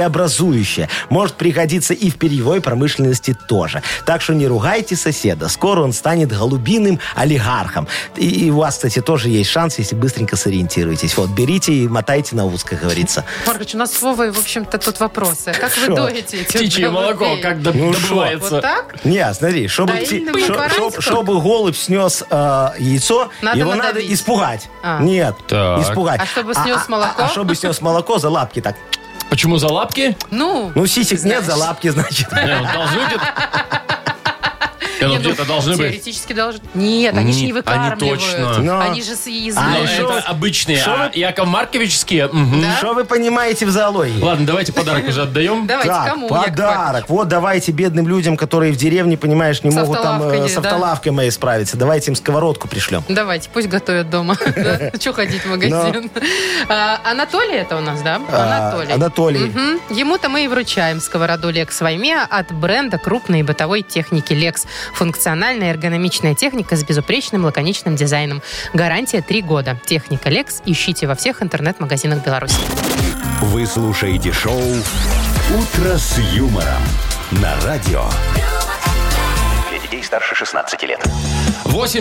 отраслеобразующая. Может пригодиться и в перьевой промышленности тоже. Так что не ругайте соседа. Скоро он станет голубиным олигархом. И, и у вас, кстати, тоже есть шанс, если быстренько сориентируетесь. Вот, берите и мотайте на ус, как говорится.
Маркович, у нас с Вовой, в общем-то, тут вопросы. Как вы
Шо?
доете эти
Птичье молоко
голубей?
как доб-
Ну,
добывается.
Вот так?
Не, смотри, чтобы,
Да,
пти-
именно
шо-
баранчиком.
шо- чтобы голубь снес э, яйцо,
Надо
его надо
надавить.
испугать.
А.
Нет,
Так.
испугать.
А чтобы снес молоко?
А, а чтобы снес молоко, за лапки так.
Почему за лапки?
Ну,
Ну, сисек нет, за
Знаешь.
лапки, значит.
Не, ну, должны
[LAUGHS]
где-то... Не, ну,
не, ну,
где-то должны быть.
Теоретически должны. Нет, они
Не,
же не
они
выкармливают.
точно.
Но-
Они же с языка.
Но
А,
это
шо-
обычные,
шо
а
вы-
Яков Марковичские... мгм.
Да?
Что вы понимаете в зоологии?
Ладно, давайте подарок уже отдаем.
Давайте
Так,
кому? Яков Маркович?
подарок. Вот давайте бедным людям, которые в деревне, понимаешь, не
С
могут там
автолавкой,
э, с
да.
автолавкой моей справиться. Давайте им сковородку пришлем.
Давайте, пусть
[LAUGHS]
готовят дома. Че ходить в магазин? А, Анатолий это у нас, да?
Ну. А,
Анатолий.
Анатолий.
Мгм. Ему-то мы и вручаем сковороду Lex Ваймеа от бренда крупной бытовой техники Lex. Функциональная эргономичная техника с безупречным лаконичным дизайном. Гарантия 3 года. Техника Lex ищите во всех интернет-магазинах Беларуси.
Вы слушаете шоу «Утро с юмором» на радио.
Для детей старше 16 лет.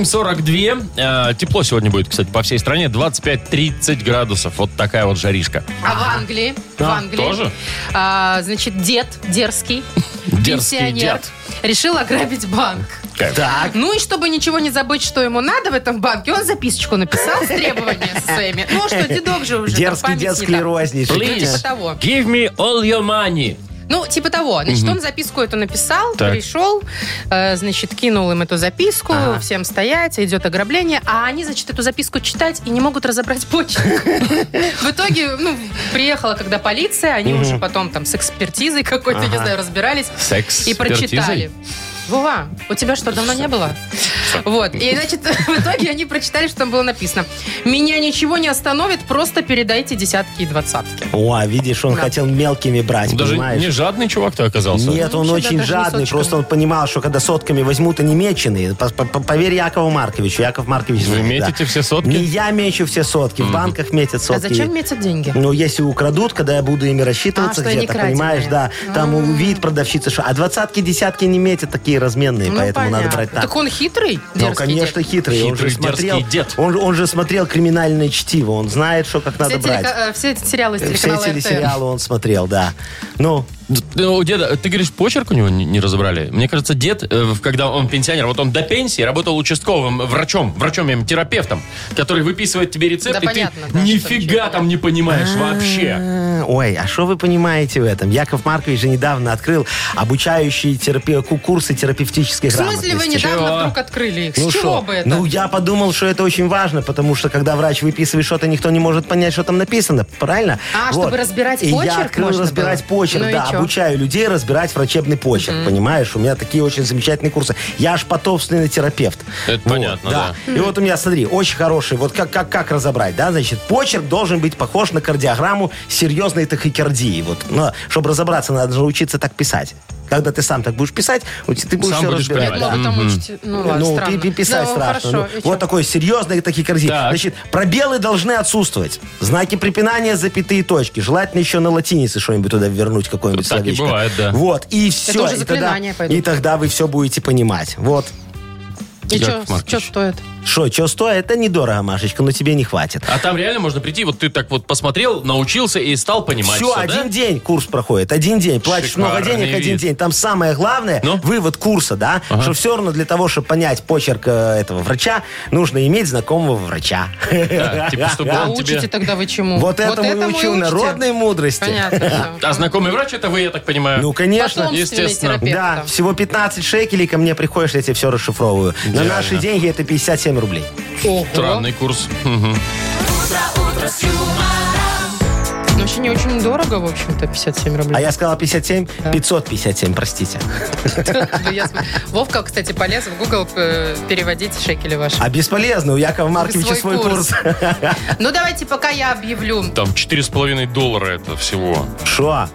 8.42. Э, тепло сегодня будет, кстати, по всей стране. 25-30 градусов. Вот такая вот жаришка.
А в Англии? в Англии.
тоже?
а, значит, дед дерзкий,
[LAUGHS] Дерзкий
пенсионер,
дед.
решил ограбить банк.
Так.
Ну и чтобы ничего не забыть, что ему надо в этом банке, он записочку написал с требованиями своими. Ну что, дедок же уже.
Дерзкий
там память не
дед
та.
склерозничает.
Типа
Please,
того.
give me all your money.
Ну, типа того. Значит, он записку эту написал,
Так.
пришел, э, значит, кинул им эту записку,
Ага.
всем стоять, идет ограбление, а они, значит, эту записку читать и не могут разобрать почту. В итоге, ну, приехала когда полиция, они уже потом там с экспертизой какой-то, не знаю, разбирались.
Секс.
И прочитали. Вова, у тебя что, давно не было? Вот. И, значит, [LAUGHS] в итоге они прочитали, что там было написано. «Меня ничего не остановит, просто передайте десятки и двадцатки».
О, видишь, он
Да.
хотел мелкими брать,
Даже
понимаешь?
не жадный чувак ты оказался.
Нет,
Ну,
он
вообще, да,
очень
даже не
жадный,
соточками.
просто он понимал, что когда сотками возьмут, они меченые. По- по- по- Поверь Якову Марковичу. Яков Маркович
Вы
знает,
метите все сотки?
Не я мечу все сотки, в банках метят
А
сотки.
зачем метят деньги?
Ну, если украдут, когда я буду ими
А,
рассчитываться
что они
где-то,
краденые.
понимаешь, да, там увидит продавщица, что... А двадцатки, десятки не метят, такие разменные,
Ну,
поэтому надо
понятно.
брать так.
Так он хитрый,
Ну,
дерзкий
конечно,
дед.
хитрый. он
Хитрый
же смотрел,
дерзкий дед.
Он, же- он же смотрел криминальное чтиво. Он знает, что как надо
Все, телека-
брать.
э, все эти сериалы с
Все
телеканала РТL.
телесериалы он смотрел, да. Ну,
Ну, у деда, ты говоришь, почерк у него не, не разобрали? Мне кажется, дед, э, в- когда он пенсионер, вот он до пенсии работал участковым э, врачом, врачом, я имею в виду, терапевтом, который выписывает тебе рецепт,
Да
и
понятно,
ты
да, что ничего
нифига
не
там не понимаешь вообще.
А, Ой, а что вы понимаете в этом? Яков Маркович же недавно открыл обучающие терапе- ку- курсы терапевтической
В смысле вы
грамотности.
недавно
Чего?
вдруг открыли их?
Ну
С чего
шо?
бы это?
Ну, я подумал, что это очень важно, потому что когда врач выписывает что-то, никто не может понять, что там написано, правильно?
А, чтобы разбирать
И
почерк
я открыл
можно
разбирать
было?
почерк,
Ну и
да,
чё?
обучаю людей разбирать врачебный почерк, понимаешь? У меня такие очень замечательные курсы. Я аж потомственный терапевт.
Это понятно,
И вот у меня, смотри, очень хороший, вот как, как, как разобрать, да, значит, почерк должен быть похож на кардиограмму серьезной тахикардии, вот, но, чтобы разобраться, надо научиться так писать. Когда ты сам так будешь писать, вот ты будешь
Сам
все
будешь
разбирать.
понимать.
да.
Плохо там учите. Ну, ладно,
Ну,
странно.
пи- пи- писать
Ну,
страшно.
хорошо,
Ну,
и
вот
чё?
такой серьезный такие корзины.
Так.
Значит, пробелы должны отсутствовать. Знаки препинания, запятые точки. Желательно еще на латинице что-нибудь туда вернуть, какое-нибудь
Так и
словечко.
бывает, да.
Вот, и все.
уже
и, тогда,
заклинания пойдут.
и тогда вы все будете понимать. Вот.
И
Яков
что,
Маркович.
стоит?
Что, что стоит? Это недорого, Машечка, но тебе не хватит.
А там реально можно прийти, вот ты так вот посмотрел, научился и стал понимать
Все,
всё, да?
один день курс проходит, один день. Платишь много
Шикарный
денег, один
вид.
день. Там самое главное,
Ну?
вывод курса, да, что все равно для того, чтобы понять почерк э, этого врача, нужно иметь знакомого врача.
Да, типа, чтобы
А
он
учите
тебе...
тогда вы чему?
Вот этому и
и
учу
учите.
народной мудрости.
Понятно. всё.
[LAUGHS] А знакомый врач это вы, я так понимаю?
Ну, конечно.
Потомственный
естественно.
терапевт
Да,
там.
всего 15 шекелей, ко мне приходишь, я тебе все расшифровываю. На наши деньги это 57 рублей.
Ого.
Странный курс. Мгм.
Ну, вообще не очень дорого, в общем-то, 57 рублей.
А я сказал 57, 557, простите.
[LAUGHS] Да я см- Вовка, кстати, полез в Google э, переводить шекели ваши.
А бесполезно, у Якова Марковича
Свой
свой
курс.
курс. [LAUGHS]
Ну, давайте пока я объявлю.
Там 4,5 доллара это всего.
Шо?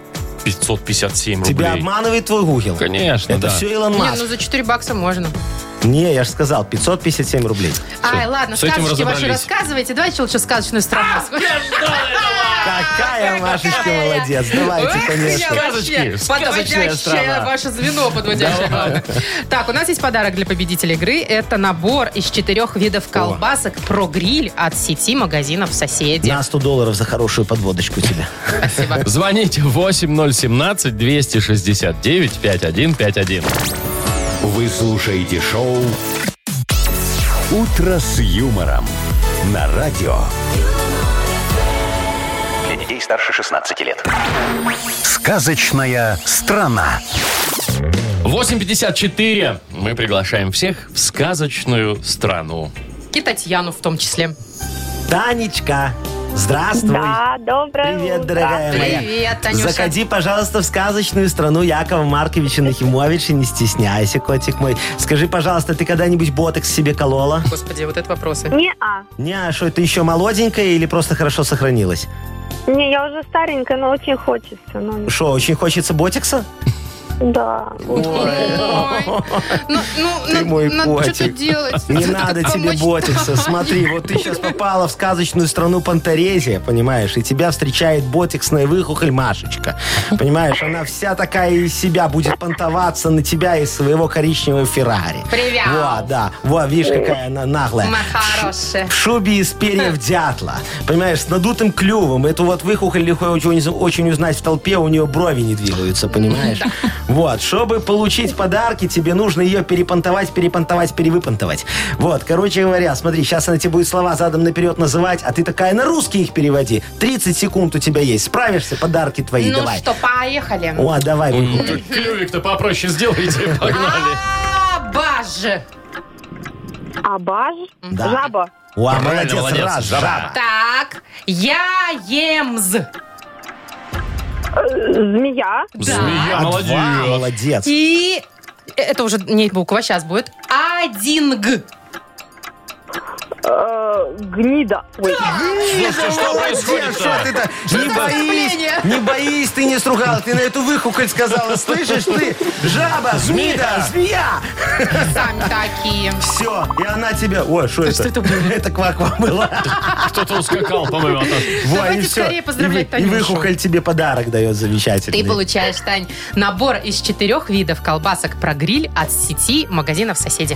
557 рублей.
Тебя обманывает твой Гугл?
Конечно,
Это
да.
все Илон
Не,
Маск.
ну за 4 бакса можно.
Не, я же сказал, 557 рублей.
Ай, ладно,
с этим
сказочки ваши
разобрались.
рассказывайте. Давайте лучше сказочную страну. А,
Какая Машечка
[LAUGHS]
молодец. Давайте,
Эх, я
конечно.
вообще
А Сказочки, сказочная
подводящая
страна.
ваше звено подводящее. главное. Так, у нас есть подарок для победителя игры. Это набор из четырех видов колбасок про гриль от сети магазинов соседей.
На 100 долларов за хорошую подводочку тебе.
Спасибо.
Звоните 8017-269-5151.
Вы слушаете шоу «Утро с юмором» на радио.
Для детей старше 16 лет.
Сказочная страна.
8.54. Мы приглашаем всех в сказочную страну.
И Татьяну в том числе.
Танечка, здравствуй.
Да, доброе
Привет,
утро.
дорогая моя.
Привет, Танюша.
Заходи, пожалуйста, в сказочную страну Якова Марковича Нахимовича. Не стесняйся, котик мой. Скажи, пожалуйста, ты когда-нибудь ботекс себе колола?
Господи, вот это вопросы.
Не-а.
Не, а что, ты еще молоденькая или просто хорошо сохранилась?
Не, я уже старенькая, но очень хочется. Ну,
Что, очень хочется ботекса?
да.
Ой. Ну, ну,
Ты
ну,
мой
надо
котик.
что-то делать.
Не
Как
надо тебе
помочь?
ботикса. Смотри, вот ты сейчас попала в сказочную страну Панторезия, понимаешь, и тебя встречает ботиксная выхухоль Машечка. Понимаешь, она вся такая из себя будет понтоваться на тебя из своего коричневого Феррари.
Привет.
Вот, да. Вот, видишь, какая она наглая.
Моя хорошая.
В шубе из
[LAUGHS]
перьев дятла. Понимаешь, с надутым клювом. Эту вот выхухоль легко очень, очень узнать в толпе, у нее брови не двигаются, понимаешь? Вот, чтобы получить подарки, тебе нужно ее перепонтовать, перепонтовать, перевыпонтовать. Вот, короче говоря, смотри, сейчас она тебе будет слова задом наперед называть, а ты такая на русский их переводи. 30 секунд у тебя есть. Справишься, подарки твои,
Ну
давай.
что, поехали.
О, давай,
ну
выхухоль.
Клювик-то попроще сделайте, [LAUGHS] погнали.
Абаж.
Абаж.
Да.
А Жаба.
О,
Правильно,
А, молодец,
молодец,
раз,
жаба.
жаба.
Так, я емз.
Э, Змея.
Змея,
А, два,
молодец.
молодец.
И это уже не буква, сейчас будет. Адинг.
Э, Гнида. Ой.
Слушай, что
Молодец, что
происходит-то?
ты так? Не
за выступление?
боись, не боись, ты не стругал, ты на эту выхухоль сказала, слышишь ты? Жаба, змея, змея.
Сами такие.
Все, и она тебя... Ой, что это?
что это было?
Это кваква было.
Кто-то ускакал, по-моему, а от нас.
Во,
Давайте
и всё.
скорее поздравлять
И вы-
Танюшу.
И выхухоль тебе подарок дает замечательный.
Ты получаешь, Тань, набор из четырех видов колбасок про гриль от сети магазинов «Соседи».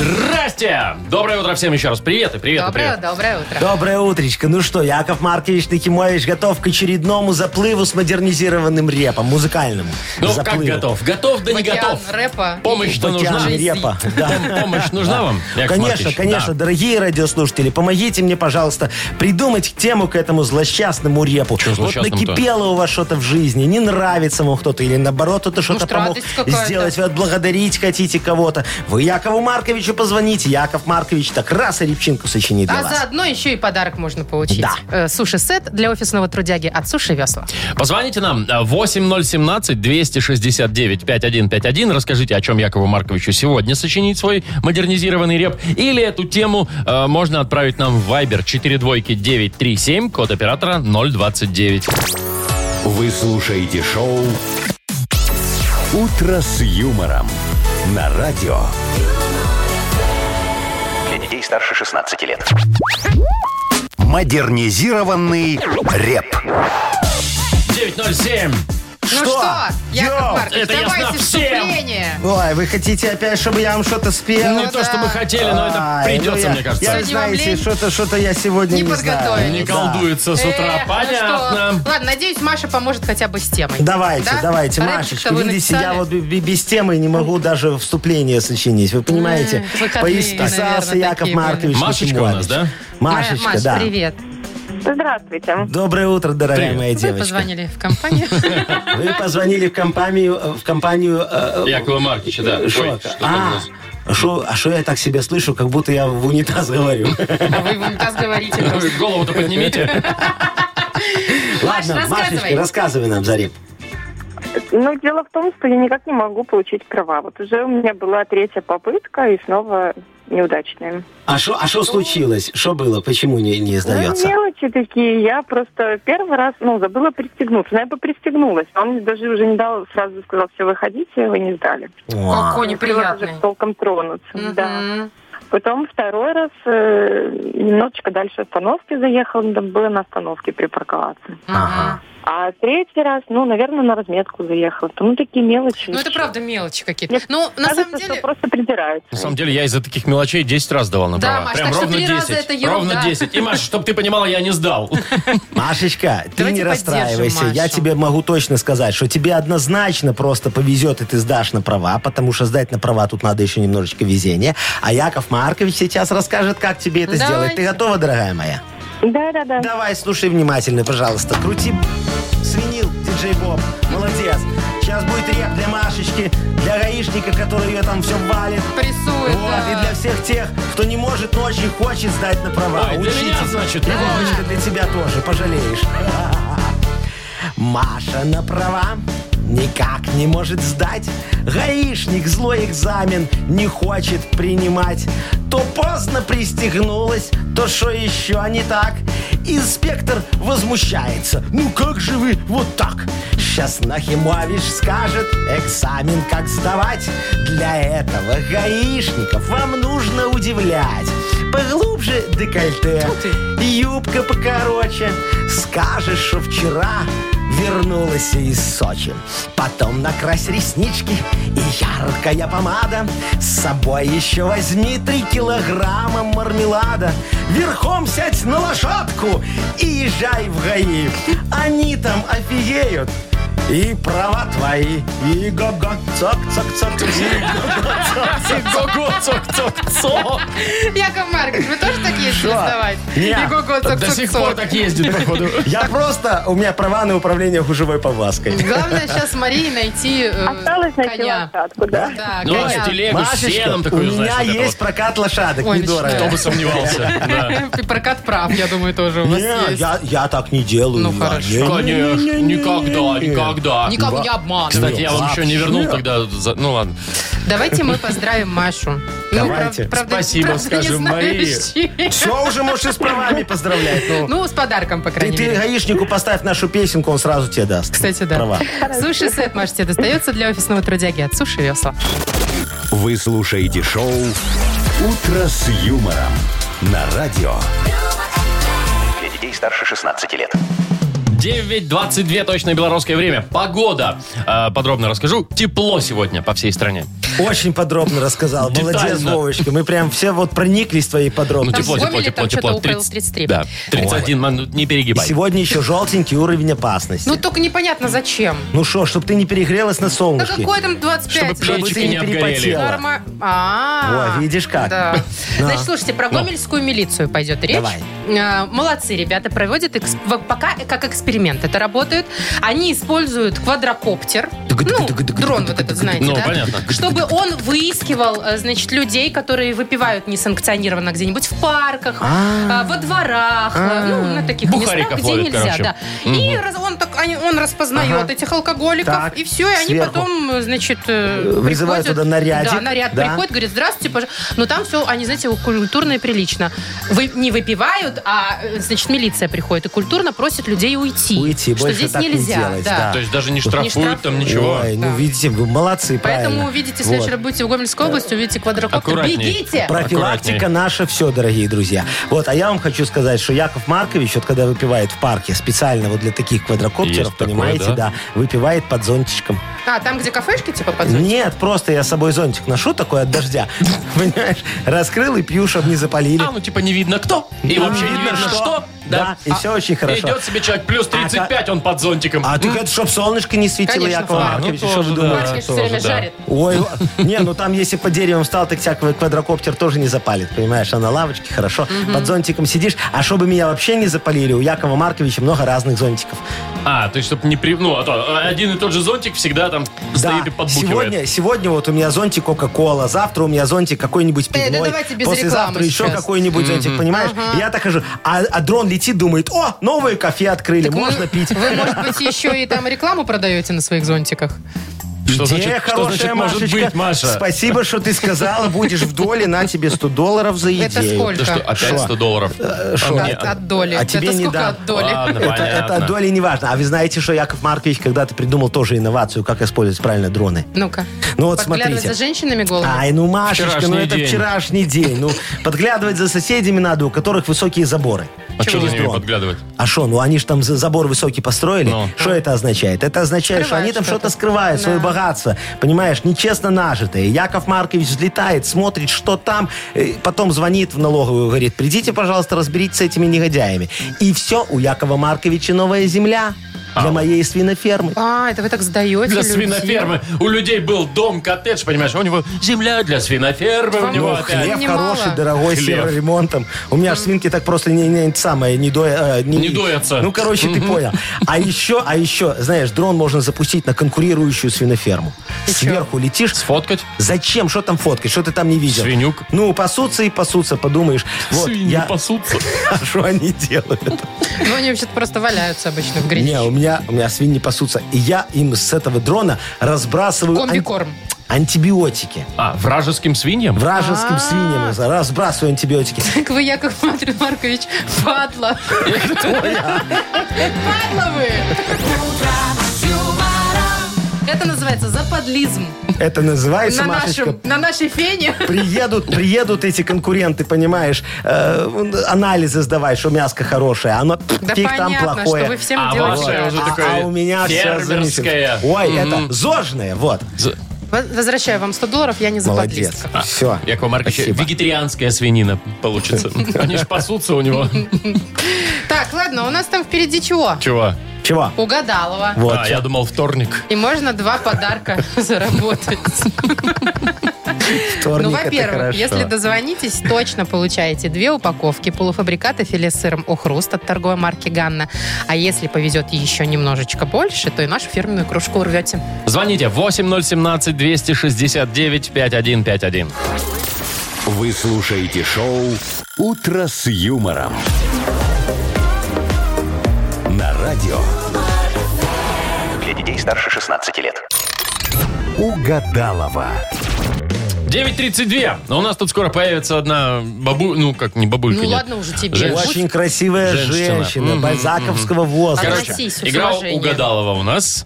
Здрасте! Доброе утро всем еще раз. Привет и привет и
Доброе,
привет.
доброе утро.
Доброе утречко. Ну что, Яков Маркович Никимович готов к очередному заплыву с модернизированным репом, музыкальному.
Ну, как
заплыву.
готов? Готов, да не
Океан
готов.
рэпа.
Помощь-то
Океан
нужна.
репа. Да.
Пом- Помощь нужна вам? Яков
конечно,
Маркович?
конечно,
Да.
дорогие радиослушатели, помогите мне, пожалуйста, придумать тему к этому злосчастному репу.
Чё
вот
злосчастному-то?
накипело у вас что-то в жизни, не нравится вам кто-то, или наоборот, кто-то что-то
Может,
помог
радость какая-то?
сделать, вы отблагодарить хотите кого-то. Вы Якову Марковичу позвоните Видите, Яков Маркович так раз и репчинку сочинит для
А
вас.
заодно еще и подарок можно получить.
Да.
Э, Суши-сет для офисного трудяги от Суши Весла.
Позвоните нам э, 8017-269-5151. Расскажите, о чем Якову Марковичу сегодня сочинить свой модернизированный реп. Или эту тему э, можно отправить нам в Viber 42937, код оператора 029.
Вы слушаете шоу «Утро с юмором» на радио.
Для детей старше 16 лет.
Модернизированный реп.
907.
Ну
Что?
что, Яков
Йоу!
Маркович,
Это ясно
давайте
всем!
вступление.
Ой, вы хотите опять, чтобы я вам что-то спел?
Не то, что мы хотели, но это
Ай, ну
придется,
я-
мне кажется.
Я,
Сегодня вам
знаете,
лень?
что-то, что-то я сегодня
Не
не, знаю.
подготовились.
Не
Да.
колдуется с утра,
а
Э, ну
понятно.
что? Ладно, надеюсь, Маша поможет хотя бы с темой.
Давайте,
Да?
давайте,
Рэпчик-то
Машечка,
вы
видите, я
написали?
вот б- б- без темы не могу даже вступление сочинить, вы понимаете?
М, выходные,
Поисался
наверное,
Яков
такие были.
Маркович.
Машечка у нас,
Нахимович.
да?
Ма-
Машечка,
Маш,
да.
привет.
Здравствуйте.
Доброе утро, дорогая
Привет.
моя
Вы
девочка.
позвонили в компанию.
Вы позвонили в компанию, э, в компанию э,
Якова Марковича, да. Ой,
Шо?
что-то у
а,
нас.
шо- а что я так себя слышу, как будто я в унитаз [LAUGHS] говорю?
А [LAUGHS] Вы в унитаз говорите.
А.
Вы Голову-то поднимите.
Ладно,
рассказывай.
Машечка, рассказывай нам, Зарим.
Ну, дело в том, что я никак не могу получить права. Вот уже у меня была третья попытка и снова неудачная.
А что а шо случилось? Что было? Почему не, не
Ну,
сдается?
мелочи такие. Я просто первый раз, ну, забыла пристегнуться. Но я бы пристегнулась. Он мне даже уже не дал, сразу сказал, все, выходите, вы не сдали.
О,
Какой
Не успела даже
неприятный.
толком тронуться. Да.
Мгм.
Потом второй раз э, немножечко дальше остановки заехал, надо было на остановке припарковаться.
Ага.
А третий раз, ну, наверное, на разметку заехала. То, ну, такие мелочи.
Ну, это
Ещё.
правда мелочи какие-то.
Мне
Ну, на
Кажется,
самом деле...
что просто придираются.
На самом деле, я из-за таких мелочей 10 раз давал на
Да,
права.
Маш,
Прям
так что
ровно
три
10.
раза это ерунда.
ровно 10. И, Маш, чтобы ты понимала, я не
[LAUGHS]
сдал.
Машечка, ты
Давайте
не расстраивайся.
поддержим
Я
Машу.
тебе могу точно сказать, что тебе однозначно просто повезет, и ты сдашь на права, потому что сдать на права тут надо еще немножечко везения. А Яков Маркович сейчас расскажет, как тебе это сделать.
Давайте.
Ты готова, дорогая моя?
Да-да-да.
Давай, слушай внимательно, пожалуйста. Крути свинил, диджей Боб. Молодец. Сейчас будет реп для Машечки, для гаишника, который ее там все валит.
Прессует,
Вот,
да.
и для всех тех, кто не может, но очень хочет сдать на права.
Ой, для
Учитесь.
меня, значит,
И,
да.
Вовочка, для тебя тоже, пожалеешь. [LAUGHS] Маша на права никак не может сдать. Гаишник злой экзамен не хочет принимать. То поздно пристегнулась, то что еще не так. Инспектор возмущается. Ну как же вы вот так? Сейчас Нахимович скажет, экзамен как сдавать. Для этого гаишников вам нужно удивлять. Поглубже декольте, юбка покороче. Скажешь, что вчера вернулась из Сочи. Потом накрась реснички и яркая помада. С собой еще возьми три килограмма мармелада. Верхом сядь на лошадку и езжай в ГАИ. Они там офигеют. И права твои. И го-го, цок-цок-цок. И го-го, цок-цок.
Го-го, цок-цок-цок.
Яков Маркович, вы тоже так ездили
Шо?
сдавать?
Не.
И го-го,
До
цок-цок-цок.
сих пор так ездит, [LAUGHS] походу.
Я просто, у меня права на управление гужевой повазкой.
Главное сейчас Марии найти э,
Осталось найти
коня.
лошадку, да.
Да,
Ну, а
коня.
с телегу, с сеном
у
такой,
меня
знаешь, вот это
есть
вот.
прокат лошадок,
Ой,
Кто
недорого.
бы сомневался. да.
[LAUGHS] И прокат прав, я думаю, тоже у вас
Не,
есть.
я, я так не делаю.
Ну,
Иван.
хорошо.
Не, не,
Конечно,
не, не,
никогда,
не, не.
никогда.
Никого не обманывай.
Кстати, я вам еще не вернул, когда... за- Ну ладно.
Давайте мы поздравим Машу. Ну,
Давайте.
прав- правда-
Спасибо,
правда, не
скажем
знаю,
Марии.
с чем.
Все, уже можешь и с правами поздравлять. ну.
Ну, с подарком, по
Ты,
крайней
ты
мере.
гаишнику поставь нашу песенку, он сразу тебе даст.
Кстати, да.
Права.
Суши-сет, Маш, тебе достается для офисного трудяги от Суши Весла.
Вы слушаете шоу «Утро с юмором» на радио.
Для детей старше 16 лет.
9.22 точное белорусское время. Погода. Э, Подробно расскажу. Тепло сегодня по всей стране.
Очень подробно рассказал. Молодец,
Детально.
Вовочка. Мы прям все вот прониклись твоей
Ну,
подробностью.
тепло,
в
тепло,
Гомеле
тепло,
там
тепло.
что-то около
30,
33.
Да, 31, ну, не
И
перегибай.
сегодня еще желтенький уровень опасности.
Ну, только непонятно зачем.
Ну что, чтобы ты не перегрелась на
Да
солнышке.
какой там 25?
Чтобы плечи
Чтобы
Плечики
ты
не
не
обгорели.
перепотела.
Норма. А,
Во, видишь как.
Да.
Да.
Значит, слушайте, про гомельскую милицию пойдет речь.
Давай.
А, Молодцы ребята, проводят экс- в- пока как эксперимент эксперимент это работает. Они используют квадрокоптер, ну, дрон вот этот, знаете,
Ну,
да?
понятно.
[LAUGHS] Чтобы он выискивал, э, значит, людей, которые выпивают несанкционированно где-нибудь в парках,
А.
э, во дворах, э, ну, на таких
Бухариков
местах, где
ловит,
нельзя,
короче.
да. И раз- он так- они- он распознает
Ага.
этих алкоголиков,
Так,
и все, и они
сверху.
потом, э, значит, э,
Э, вызывают
приходят-
туда нарядик,
Да, наряд
да.
приходит, говорит, здравствуйте, пожалуйста. Но там все, они, знаете, культурно и прилично. Вы, не выпивают, а, э, значит, милиция приходит и культурно просит людей уйти.
Уйти,
что
больше
здесь
так не
нельзя.
делать, да.
То есть даже не штрафуют там
штрафуют.
ничего.
А. Ой, ну
Да.
видите, вы молодцы,
Поэтому
правильно.
увидите, если
Вот.
вечером будете в Гомельской области, увидите квадрокоптер.
Аккуратней.
Бегите!
Профилактика
Аккуратней.
наша все, дорогие друзья. Вот, а я вам хочу сказать, что Яков Маркович, вот когда выпивает в парке, специально вот для таких квадрокоптеров,
Есть такое,
понимаете,
да?
да, выпивает под зонтичком.
А, там, где кафешки, типа, под
Нет, просто я с собой зонтик ношу такой от дождя.
[LAUGHS]
Понимаешь? Раскрыл и пью, чтобы не запалили.
А, ну типа не видно кто. И
Да,
вообще не видно что.
Да, и
А,
все очень хорошо.
Идет себе человек плюс 35, он под зонтиком.
А так
М?
это, чтоб солнышко не светило,
Конечно,
Яков
Марк.
Маркович,
Ну,
что вы
тоже,
думаете?
Марк, конечно,
тоже,
все время
да.
жарит.
Ой, не, ну там, если под деревом встал, так тебя ква- квадрокоптер тоже не запалит, понимаешь? А на лавочке хорошо, под зонтиком сидишь. А чтобы меня вообще не запалили, у Якова Марковича много разных зонтиков.
А, то есть, чтобы не при... Ну, а то один и тот же зонтик всегда там стоит и подбухивает.
сегодня, сегодня вот у меня зонтик Кока-Кола, завтра у меня зонтик какой-нибудь
Э, да
пивной,
давайте без
послезавтра
рекламы
еще
сейчас.
какой-нибудь зонтик, понимаешь? И Я так хожу, а, а дрон летит, думает, о, новые кафе открыли,
Так вы-
можно пить.
Вы, может быть, еще и там рекламу продаете на своих зонтиках?
Что
Идея
значит, что
хорошая,
значит может
Машечка.
быть, Маша?
Спасибо, что ты сказала, будешь в доле, на тебе 100 долларов за идею.
Это сколько?
Да что, опять
Шо?
100 долларов?
Э, шо?
А
От,
мне-
от доли.
А тебе
это
не А.
сколько
дам.
от доли?
Ладно,
Это, это от
понятно.
доли не важно. А вы знаете, что Яков Маркович когда-то придумал тоже инновацию, как использовать правильно дроны?
Ну-ка.
Ну вот
Подглядывать
смотрите.
за женщинами голыми?
Ай, ну, Машечка,
Вчерашний
ну это
день.
вчерашний день. Ну, подглядывать за соседями надо, у которых высокие заборы.
А что за
Через
ними
дрон.
подглядывать?
А что, ну они же там за- забор высокий построили.
Ну.
Что это означает? Это означает, что
Скрывают
они там
что-то.
что-то скрывают, свое
Да.
богатство. Понимаешь, нечестно нажитое. Яков Маркович взлетает, смотрит, что там, э, потом звонит в налоговую, говорит, придите, пожалуйста, разберитесь с этими негодяями. И все, у Якова Марковича новая земля для моей свинофермы.
А, это вы так сдаете
Для
людей.
свинофермы. У людей был дом, коттедж, понимаешь, а у него земля для свинофермы, у
Вам
него
Ну,
опять.
хлеб.
Хлеб
Немало.
хороший, дорогой, с
Хлеб.
евроремонтом. У меня ж свинки так просто не, не- самое, не, доя- э,
Не доятся.
Ну, короче,
[LAUGHS]
ты понял. А еще, а еще, знаешь, дрон можно запустить на конкурирующую свиноферму. Сверху летишь.
Сфоткать?
Зачем? Что там фоткать? Что ты там не видел?
Свинюк.
Ну, пасутся и пасутся, подумаешь. Вот,
Свиньи
я...
пасутся.
[LAUGHS] А что они делают?
Ну, они вообще-то просто валяются обычно в
Не, у
грязи.
меня, у меня свиньи пасутся. И я им с этого дрона разбрасываю ан-
Комбикорм.
антибиотики.
А, вражеским свиньям?
Вражеским свиньям разбрасываю антибиотики.
Так вы, Яков Матвей Маркович, падла. [LAUGHS] Падла вы! Это называется западлизм.
Это называется,
На,
Машечка,
нашем, на нашей фене.
Приедут, приедут эти конкуренты, понимаешь, э, вон, анализы сдавать, что мяско хорошее, а оно пф,
[LAUGHS] Да
фиг там
понятно,
плохое.
что вы всем
А
делаете.
ваше
гадость.
уже
А-
такое
а, у меня все
фермерское.
замечательно. Ой, это зожное, вот.
Во- Возвращаю вам 100 долларов, я не
Молодец.
А,
западлистка.
Все.
Яков Маркович, вегетарианская свинина
[LAUGHS]
получится. Они же пасутся у него.
Так, ладно, у нас там впереди чего?
Чего?
Чего?
Угадалова.
Вот.
А, я думал, вторник.
И можно два подарка [LAUGHS] заработать. Ну,
[LAUGHS] вторник это
во-первых,
хорошо.
если дозвонитесь, точно получаете две упаковки полуфабриката филе с сыром «Охруст» от торговой марки «Ганна». А если повезет еще немножечко больше, то и нашу фирменную кружку урвете.
Звоните 8017-269-5151.
Вы слушаете шоу «Утро с юмором». На радио
Для детей старше 16 лет.
«Угадалова».
9.32. Но у нас тут скоро появится одна бабу... Ну, как не бабулька,
Ну
нет.
ладно уже тебе.
Женщина.
Будь-
Очень красивая
Женщина.
женщина,
Мгм,
бальзаковского возраста.
Короче,
Относись с
игра
уважением.
угадалова у нас.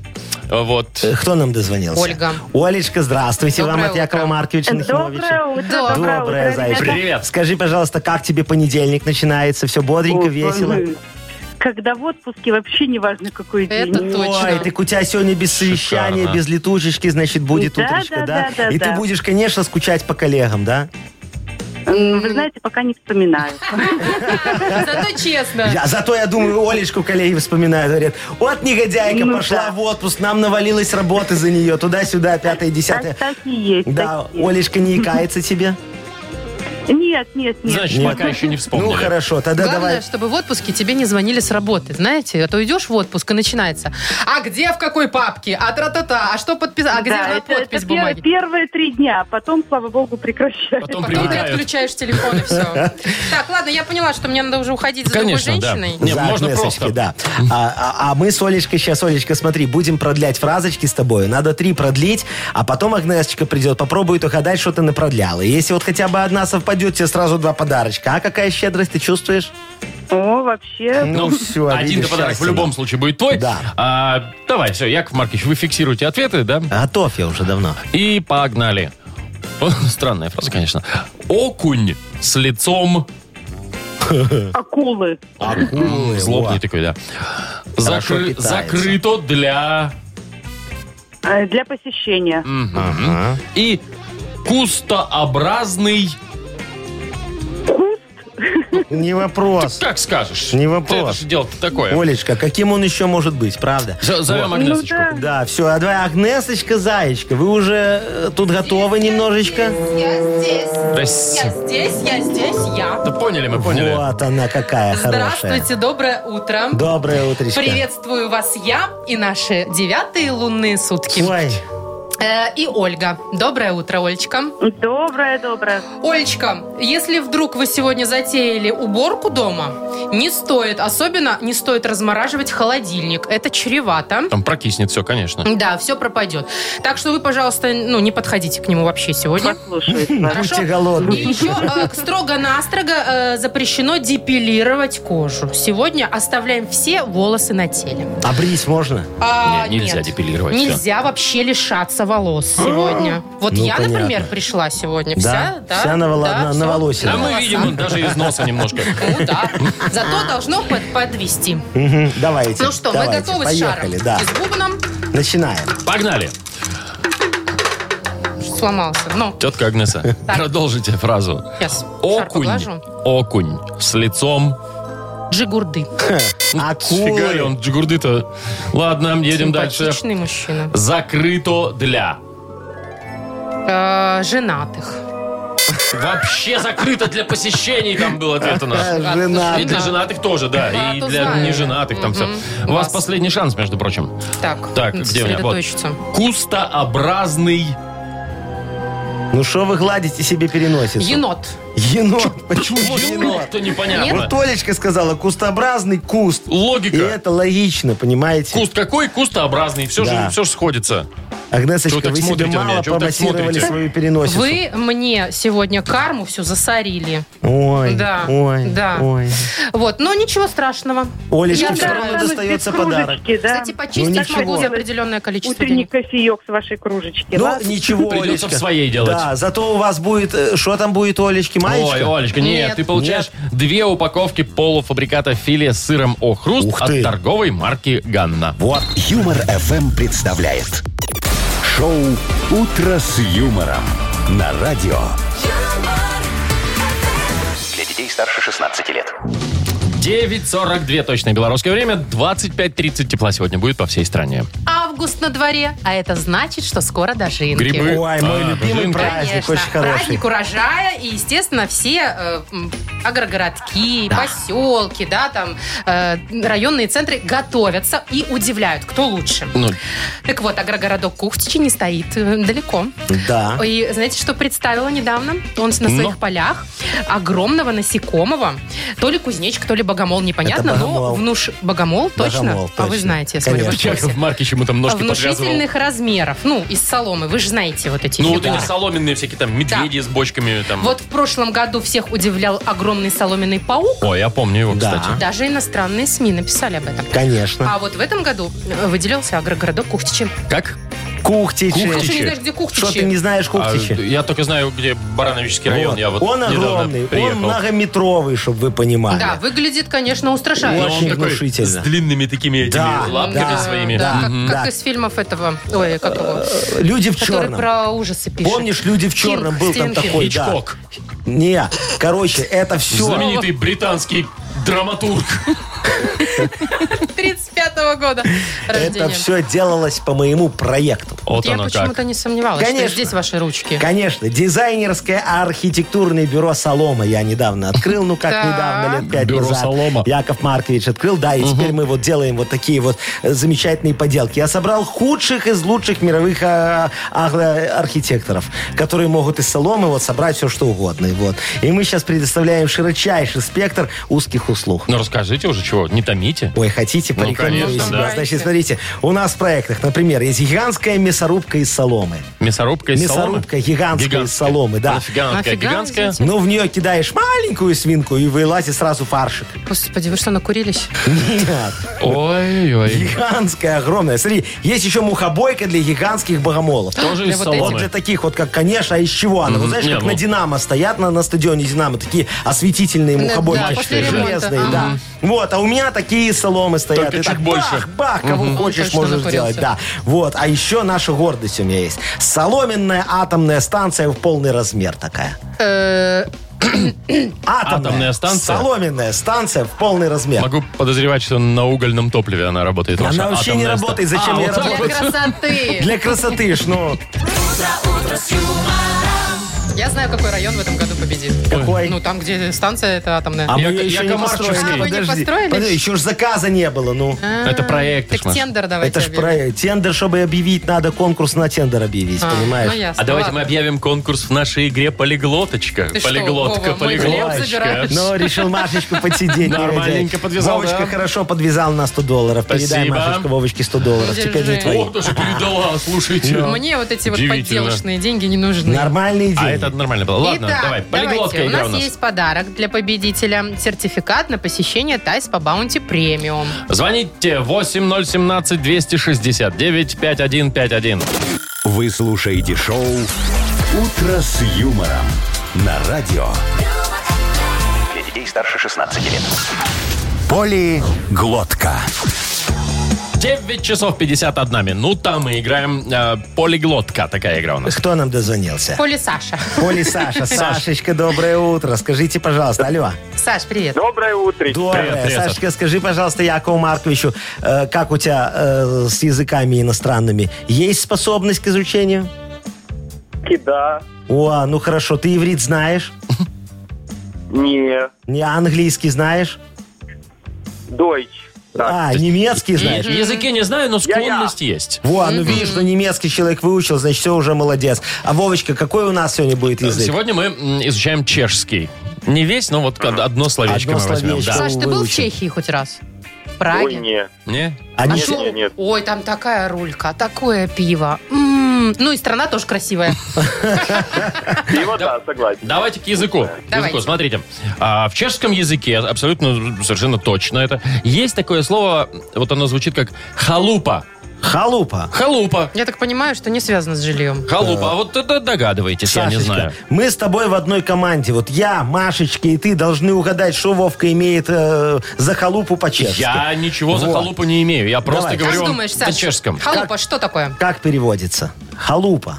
Э, Вот.
Э, Кто нам дозвонился?
Ольга.
Олечка, здравствуйте
Доброе
вам от Якова
утро.
Марковича
Доброе
Нахимовича.
утро,
Доброе
доброе, утро,
зайчик.
ребята.
Привет.
Скажи, пожалуйста, как тебе понедельник начинается? Все бодренько,
Ой,
весело?
ой. Когда в отпуске, вообще не важно, какой
Это
день.
точно.
Ой, так у тебя сегодня без совещания, без летушечки, значит, будет
Да,
утречка,
да,
да?
да, да,
И ты
да.
будешь, конечно, скучать по коллегам, да?
М, Вы знаете, пока не вспоминаю.
[LAUGHS] Зато честно.
Я- зато я думаю, Олечку коллеги вспоминают, говорят, вот негодяйка
Ну
пошла
да.
в отпуск, нам навалилась работы за нее, туда-сюда, пятое,
Так,
десятое.
так и есть.
Да,
так и есть.
Олечка не икается тебе?
Нет, нет, нет.
Значит,
Нет.
пока еще не вспомнили.
Ну, хорошо, тогда
Главное,
давай.
чтобы в отпуске тебе не звонили с работы, знаете, а то идешь в отпуск и начинается. А где в какой папке? А тра-та-та, а что подписать? А где
Да,
же
это- это
подпись
пер-
бумаги?
первые три дня, а потом, слава богу, прекращается.
Потом
Потом ты
привыкают.
отключаешь телефон
[LAUGHS]
и все. Так, ладно, я поняла, что мне надо уже уходить за другой
Конечно, да.
женщиной.
Не,
За
можно
отмесочки,
просто.
да. А, а- а мы с Олечкой сейчас, Олечка, смотри, будем продлять фразочки с тобой. Надо три продлить, а потом Агнесочка придет, попробует угадать, что ты напродляла. И Если вот хотя бы одна совпадет, тебе сразу два подарочка. А какая щедрость, ты чувствуешь?
О, вообще.
Ну,
всё,
один
видишь,
подарок в
счастье.
любом случае будет твой.
Да.
А, давай, все, Яков Маркович, вы фиксируете ответы, да?
Готов я уже давно.
И погнали. [LAUGHS] Странная фраза, конечно. Окунь с лицом
Акулы.
Акулы.
злобный
во.
такой, да.
Хорошо
Закры-
питается.
Закрыто для
Э, Для посещения.
Ага.
и кустообразный.
Не вопрос.
Как скажешь?
Не
Это
вопрос.
же дело-то такое.
Олечка, каким он еще может быть, правда?
З- Зовем
Ну
Агнесочку.
да.
Да, все, а давай, Агнесочка, Заечка, вы уже э, тут готовы немножечко?
Я здесь,
Да с-
я здесь, я здесь, я.
Да поняли мы, поняли.
Вот она какая хорошая.
Здравствуйте, доброе утро.
Доброе утречко.
Приветствую вас я и наши девятые лунные сутки.
Ой,
Э, и Ольга. Доброе утро, Олечка.
Доброе, доброе.
Олечка, если вдруг вы сегодня затеяли уборку дома, не стоит, особенно не стоит размораживать холодильник. Это чревато.
Там прокиснет все, конечно.
Да, все пропадет. Так что вы, пожалуйста, ну, не подходите к нему вообще сегодня. [LAUGHS]
Послушаюсь вас.
будьте
И
голодны.
еще э, строго-настрого э, запрещено депилировать кожу. Сегодня оставляем все волосы на теле.
А брить можно?
А,
Не, нельзя
нет.
депилировать всё.
Нельзя вообще лишаться волос сегодня. Вот
Ну,
я, например,
понятно.
пришла сегодня.
Да?
Вся, да,
Вся навола-
да,
на-
всё.
наволосила.
А мы
волосах.
видим даже из носа немножко.
Ну да. Зато должно под- подвести.
Мгм, Давайте.
Ну что,
давайте,
мы готовы
поехали,
с
да.
шаром? И с бубном
Начинаем.
Погнали.
сломался. Ну,
Тетка Агнеса, продолжите фразу.
сейчас шар
Окунь.
поглажу.
Окунь. С лицом.
Джигурды.
Фига ли
Акулы.
он джигурды-то. Ладно, едем дальше.
Симпатичный мужчина.
Закрыто для.
Э, женатых.
Вообще закрыто для посещений там был ответ у нас.
э, Жена.
И для женатых тоже, да.
Да,
И
то
для
знаю.
неженатых там все.
Мгм.
У вас
Класс.
последний шанс, между прочим.
Так,
Так,
надо
где у меня? Вот.
сосредоточиться.
Кустообразный.
Ну что вы гладите себе переносицу?
Енот.
Енот. Почему енот?
то
Нет.
непонятно.
Вот Олечка сказала, кустообразный куст. И
Логика.
это логично, понимаете?
Куст какой? Кустообразный. Все
Да.
же все же сходится. Чего
Агнесочка,
так
вы себе
смотрите на меня?
мало
Чего так
помассировали
смотрите?
свою переносицу.
Вы мне сегодня карму всю засорили.
Ой,
Да,
ой,
да.
ой.
Вот, но ничего страшного.
Олечке
Я
все равно
стараюсь.
достается
Без Ну, кружечки,
подарок.
да. Ну,
Кстати, почистить
Ну, ничего.
могу за определенное количество
Утренний
денег.
кофеек с вашей кружечки.
Ну,
ладно?
ничего,
Придется в
Олечка.
своей делать.
Да, зато у вас будет... э, Что там будет у Олечки? Маечка?
Ой, Олечка, нет,
Нет.
ты получаешь две упаковки полуфабриката филе с сыром Охруст
Ух
от
ты.
торговой марки Ганна.
Вот Юмор FM представляет шоу Утро с юмором на радио.
Для детей старше 16 лет.
9.42 точное белорусское время, 25.30 тепла сегодня будет по всей стране.
Август на дворе, а это значит, что скоро дожинки.
Грибы.
Ой, мой
А,
любимый
блин,
праздник,
Конечно,
очень хороший.
праздник урожая, и, естественно, все э, м, агрогородки, поселки, да, там, э, районные центры готовятся и удивляют, кто лучше.
Ну,
Так вот, агрогородок Кухтичи не стоит э, далеко.
Да.
И знаете, что представила недавно? Он на своих
Ну?
полях огромного насекомого. То ли кузнечик, то ли богомол, непонятно,
Это
но
богомол.
внуш... Богомол, точно?
Богомол,
А вы
точно.
знаете, я смотрю,
Конечно.
в курсе.
Яков Маркич ему там ножки подвязывал.
Внушительных размеров. Ну, из соломы. Вы же знаете вот эти
Ну, вот
фигуры.
эти соломенные всякие там медведи с бочками там.
Вот в прошлом году всех удивлял огромный соломенный паук.
Ой, я помню его,
Да.
кстати.
Даже иностранные СМИ написали об этом.
Конечно.
А вот в этом году э, выделился агрогородок Кухтичи.
Как?
Кухтичи.
Слушай,
Кухтичи.
не знаешь, где
Что ты не
Кухтичи?
знаешь
А,
Кухтичи?
я только знаю, где Барановический район.
Вот.
Я вот
он
недавно
огромный,
приехал.
он многометровый, чтобы вы понимали.
Да, выглядит, конечно,
Но
устрашающе.
он
очень
такой
внушительно.
с длинными такими этими
Ну, Да,
лапками
Да,
своими.
Да, как,
Мгм.
как
Да.
из фильмов этого, ой, как его,
Э, Люди в
который
черном.
про ужасы пишет.
Помнишь, люди в черном
Кинг,
был
Стивен
там
Кинг. [LAUGHS]
такой, да.
Хичкок.
Не, короче, это все.
Знаменитый британский драматург.
35 -го года рождения.
Это все делалось по моему проекту.
Вот
Я
оно
почему-то
как.
не сомневалась,
Конечно.
что здесь ваши ручки.
[LAUGHS] Конечно, дизайнерское архитектурное бюро «Солома» я недавно открыл, ну как
Так.
недавно, лет пять
Бюро
назад.
«Солома».
Яков Маркович открыл, да, и теперь мы вот делаем вот такие вот э, замечательные поделки. Я собрал худших из лучших мировых а, а, архитекторов, которые могут из соломы вот собрать все, что угодно. И Вот. И мы сейчас предоставляем широчайший спектр узких услуг.
Ну расскажите уже чего, не томите.
Ой, хотите,
Ну,
порекомендую
конечно,
себя.
да.
Значит, смотрите, у нас в проектах, например, есть гигантская мясорубка из соломы.
Мясорубка из
Мясорубка
соломы?
гигантская из соломы, да.
Нафига она такая
Нафига она
гигантская?
здесь?
Ну, в нее кидаешь маленькую свинку и вылазит сразу фаршик.
Господи, вы что, накурились?
Нет.
Ой-ой.
Гигантская, огромная. Смотри, есть еще мухобойка для гигантских богомолов.
Тоже из
Для вот
Вот
соломы.
для таких вот, как, конечно, а из чего она? Вот знаешь,
Не,
как
ну.
на Динамо стоят на, на стадионе Динамо, такие осветительные
Да,
мухобойки.
да, после ремонта.
железные,
Ага.
да. Вот, а у меня такие соломы стоят.
Только
И
чуть
так
больше.
Бах, бах, кого хочешь,
Точно
можешь
накурился.
делать. Да. Вот, а еще наша гордость у меня есть. Соломенная атомная станция в полный размер такая.
Э,
Атомная,
Атомная станция?
Соломенная станция в полный размер.
Могу подозревать, что на угольном топливе она работает. ваша
Она вообще не
атомная ста-
работает. Зачем
А,
я
вот так
Для
работаю?
красоты.
Для красоты ж, ну.
Я знаю, какой район в этом году победит.
Какой?
Ну, там, где станция эта атомная.
А мы
Я-
её
я
еще не
Комарчевский.
построили.
А вы
не
Подожди.
построили? А,
Подожди, еще ж заказа не было, ну.
Это проект,
Так
Машмаш.
тендер давайте
Это ж
объявим.
про тендер, чтобы объявить, надо конкурс на тендер объявить,
А,
понимаешь?
ну, ясно,
А давайте
ладно.
мы объявим конкурс в нашей игре «Полиглоточка».
Ты что,
Полиглотка,
Вова, мой хлеб
полиглоточка.
забираешь?
Ну, решил Машечку подсидеть.
Нормальненько
негодяй.
подвязал,
Вовочка
да?
хорошо подвязал на 100 долларов. Передай,
Спасибо.
Машечка, Вовочке 100 долларов.
Держи.
Теперь же твои.
О, даже передала, слушайте.
Мне вот эти вот
Удивительно.
подделочные деньги не нужны.
Нормальные
А
деньги.
это нормально было. Ладно,
Итак,
давай, полиглотка
давайте,
игра у нас.
есть подарок для победителя. Сертификат на посещение Тайс по баунти премиум.
Звоните 8017-269-5151.
Вы слушаете шоу «Утро с юмором» на радио.
Для детей старше 16 лет.
Полиглотка.
9 часов 51 минута. Мы играем э, полиглотка. Такая игра у нас.
Кто нам дозвонился?
[LAUGHS]
Коля Саша.
Поли Саша. Сашечка, доброе утро. Скажите, пожалуйста, алло.
Саш, привет.
Доброе утро.
Доброе.
Привет, привет,
Сашечка, скажи, пожалуйста, Якову Марковичу, э, как у тебя э, с языками иностранными? Есть способность к изучению?
Да.
О, ну хорошо, ты иврит знаешь?
Не.
Не английский знаешь?
Дойч. Так.
А, немецкий знаешь?
Языки не знаю, но
Я-я.
склонность есть.
Во, ну видишь, что немецкий человек выучил, значит, все уже молодец. А Вовочка, какой у нас сегодня будет язык?
Сегодня мы м, изучаем чешский. Не весь, но вот од- одно словечко
Одно
мы возьмем.
словечко.
Да.
Саш, ты был в
выучил.
Чехии хоть раз? В
Ой,
Праге?
не.
Не?
А
А
не-
шо-
нет, нет.
Ой, там такая рулька, такое пиво. М, Ну и страна тоже красивая.
И вот, да, согласен.
Давайте к языку. К
Давайте.
языку. Смотрите, а, в чешском языке абсолютно совершенно точно это есть такое слово, вот оно звучит как халупа.
Халупа.
Халупа.
Я так понимаю, что не связано с жильем.
Халупа. А вот это догадываетесь, я не
Сашечка,
знаю.
мы с тобой в одной команде. Вот я, Машечка и ты должны угадать, что Вовка имеет э, за халупу по-чешски.
Я ничего за
Вот.
халупу не имею. Я просто
Давай.
Как
говорю вам
думаешь,
на
Саш?
чешском.
Халупа, что такое?
Как переводится? Халупа.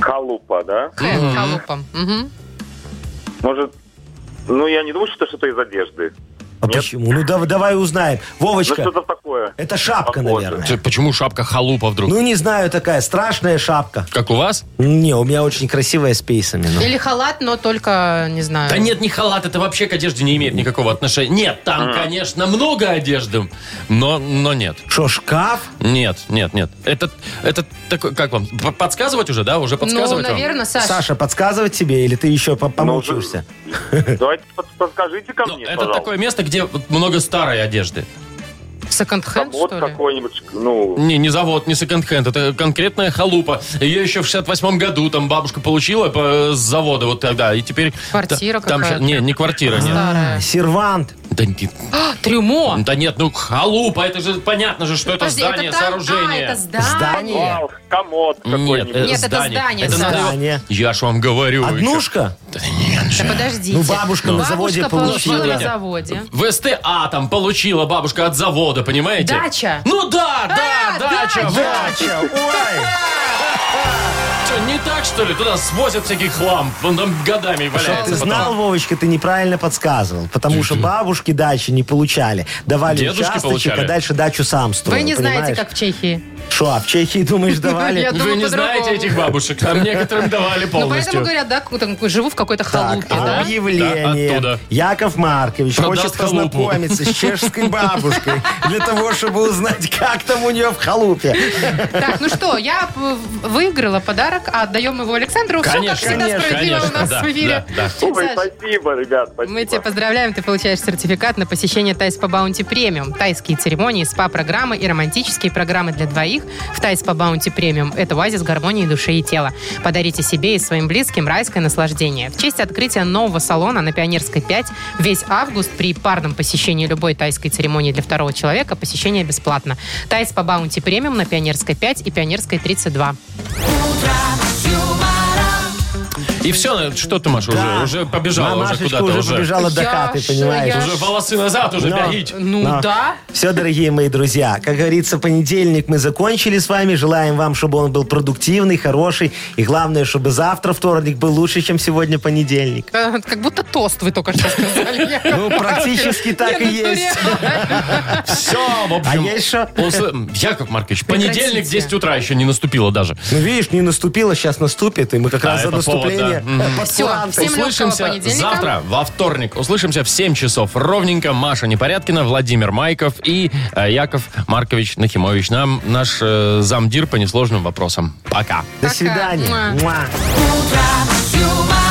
Халупа, да?
Какая Халупа. Мгм.
Может, ну я не думаю, что это что-то из одежды.
А
Нет.
почему? Ну дав- давай узнаем.
Ну
Вовочка,
что-то такое.
это шапка,
Похоже.
наверное.
Т- Почему шапка халупа вдруг?
Ну не знаю, такая страшная шапка.
Как у вас?
Не, у меня очень красивая с пейсами. ну.
Или халат, но только, не знаю. Ну,
Да нет, не халат, это вообще к одежде не имеет никакого отношения. Нет, там, конечно, много одежды, но, но нет.
Что, шкаф?
Нет, нет, нет. Это, это такой, как вам, п- подсказывать уже, да? Уже
Ну,
подсказывать вам?
наверное, Саш.
Саша, подсказывать тебе или ты еще по-
Ну,
помучаешься?
Давайте под- подскажите ко
Ну,
мне,
это такое
пожалуйста.
место, где вот много старой одежды.
Секонд-хенд,
Вот
что ли?
какой-нибудь, ну...
Не, не завод, не секонд-хенд, это конкретная халупа. Ее еще в 68-м году там бабушка получила по- с завода вот тогда, и теперь...
Квартира
та- там ща-
какая-то.
Не, не квартира, нет.
Старая.
Сервант.
Да, не-
А, Трюмо.
да нет, ну халупа, это же понятно же, что это
Подожди,
здание,
там- А,
сооружение.
это здание.
Здание.
Вау, комод
Нет,
какой-нибудь.
Нет, это здание,
Это надо его-
Здание.
Я ж вам говорю.
Однушка?
еще. Да нет
Да
же.
подождите.
Ну, бабушка на заводе
Бабушка получила.
получила.
на заводе.
В СТА там получила бабушка от завода, понимаете?
Дача.
Ну да, да,
А,
дача.
дача.
вот.
Дача. Ой.
что, не так, что ли? Туда свозят всякий хлам. Он там годами
А Чтоб
валяется
ты
потом.
знал, Вовочка, ты неправильно подсказывал. Потому что бабушки дачи не получали. Давали
Дедушки
участочек,
получали?
а дальше дачу сам строил.
Вы не знаете,
понимаешь?
как в Чехии. Ну,
Шо, а в
[LAUGHS]
Чехии, думаешь, давали?
Я
Вы
думаю,
не
по-другому.
знаете этих бабушек. Там некоторым давали
Ну, поэтому
полностью. а
говорят, да, ку- там, живу в какой-то
Так,
халупе, да?
Да,
объявление.
оттуда.
Яков Маркович
Продаст
хочет
халупу.
познакомиться с чешской бабушкой для того, чтобы узнать, как там у нее в халупе.
Так, ну что, я э, выиграла подарок, а отдаем его Александру. Все, как
Конечно,
всегда, справедливо у
конечно,
нас
да,
в эфире.
да, да.
Ой,
Саш,
спасибо, ребят, спасибо.
Мы тебя поздравляем, ты получаешь сертификат на посещение Тайс по Баунти Премиум. Тайские церемонии, СПА-программы и романтические программы для двоих в Тайс по Баунти Премиум. Это оазис гармонии души и тела. Подарите себе и своим близким райское наслаждение. В честь открытия нового салона на Пионерской 5 весь август при парном посещении любой тайской церемонии для второго человека посещение бесплатно. Тайс по Баунти Премиум на Пионерской 5 и Пионерской 32.
И все, что ты, Маша,
Да.
уже, уже побежала, уже
Мамашечка
куда-то
уже
уже.
побежала до
Я
хаты,
ж-
понимаешь?
я
Уже волосы назад, уже
Но.
бегите.
Ну
Но.
да.
Все, дорогие мои друзья, как говорится, понедельник мы закончили с вами. Желаем вам, чтобы он был продуктивный, хороший. И главное, чтобы завтра вторник был лучше, чем сегодня понедельник.
Э, Как будто тост вы только что [LAUGHS] сказали.
Ну, практически так и
Нет, ну
есть.
[LAUGHS]
Все, в
А
общем.
есть что?
после- Яков Маркович, понедельник,
Прекратите.
10 утра еще не наступило даже.
Ну, видишь, не наступило, сейчас наступит, и мы как
Да,
раз за
это повод,
наступление
да. Мгм.
под
Всё,
фланг.
всем легкого
Услышимся
понедельника.
завтра, во вторник. Услышимся в 7 часов. Ровненько Маша Непорядкина, Владимир Майков и э, Яков Маркович Нахимович. Нам наш э, замдир по несложным вопросам. Пока.
До свидания.
Пока.
Муа.
humor.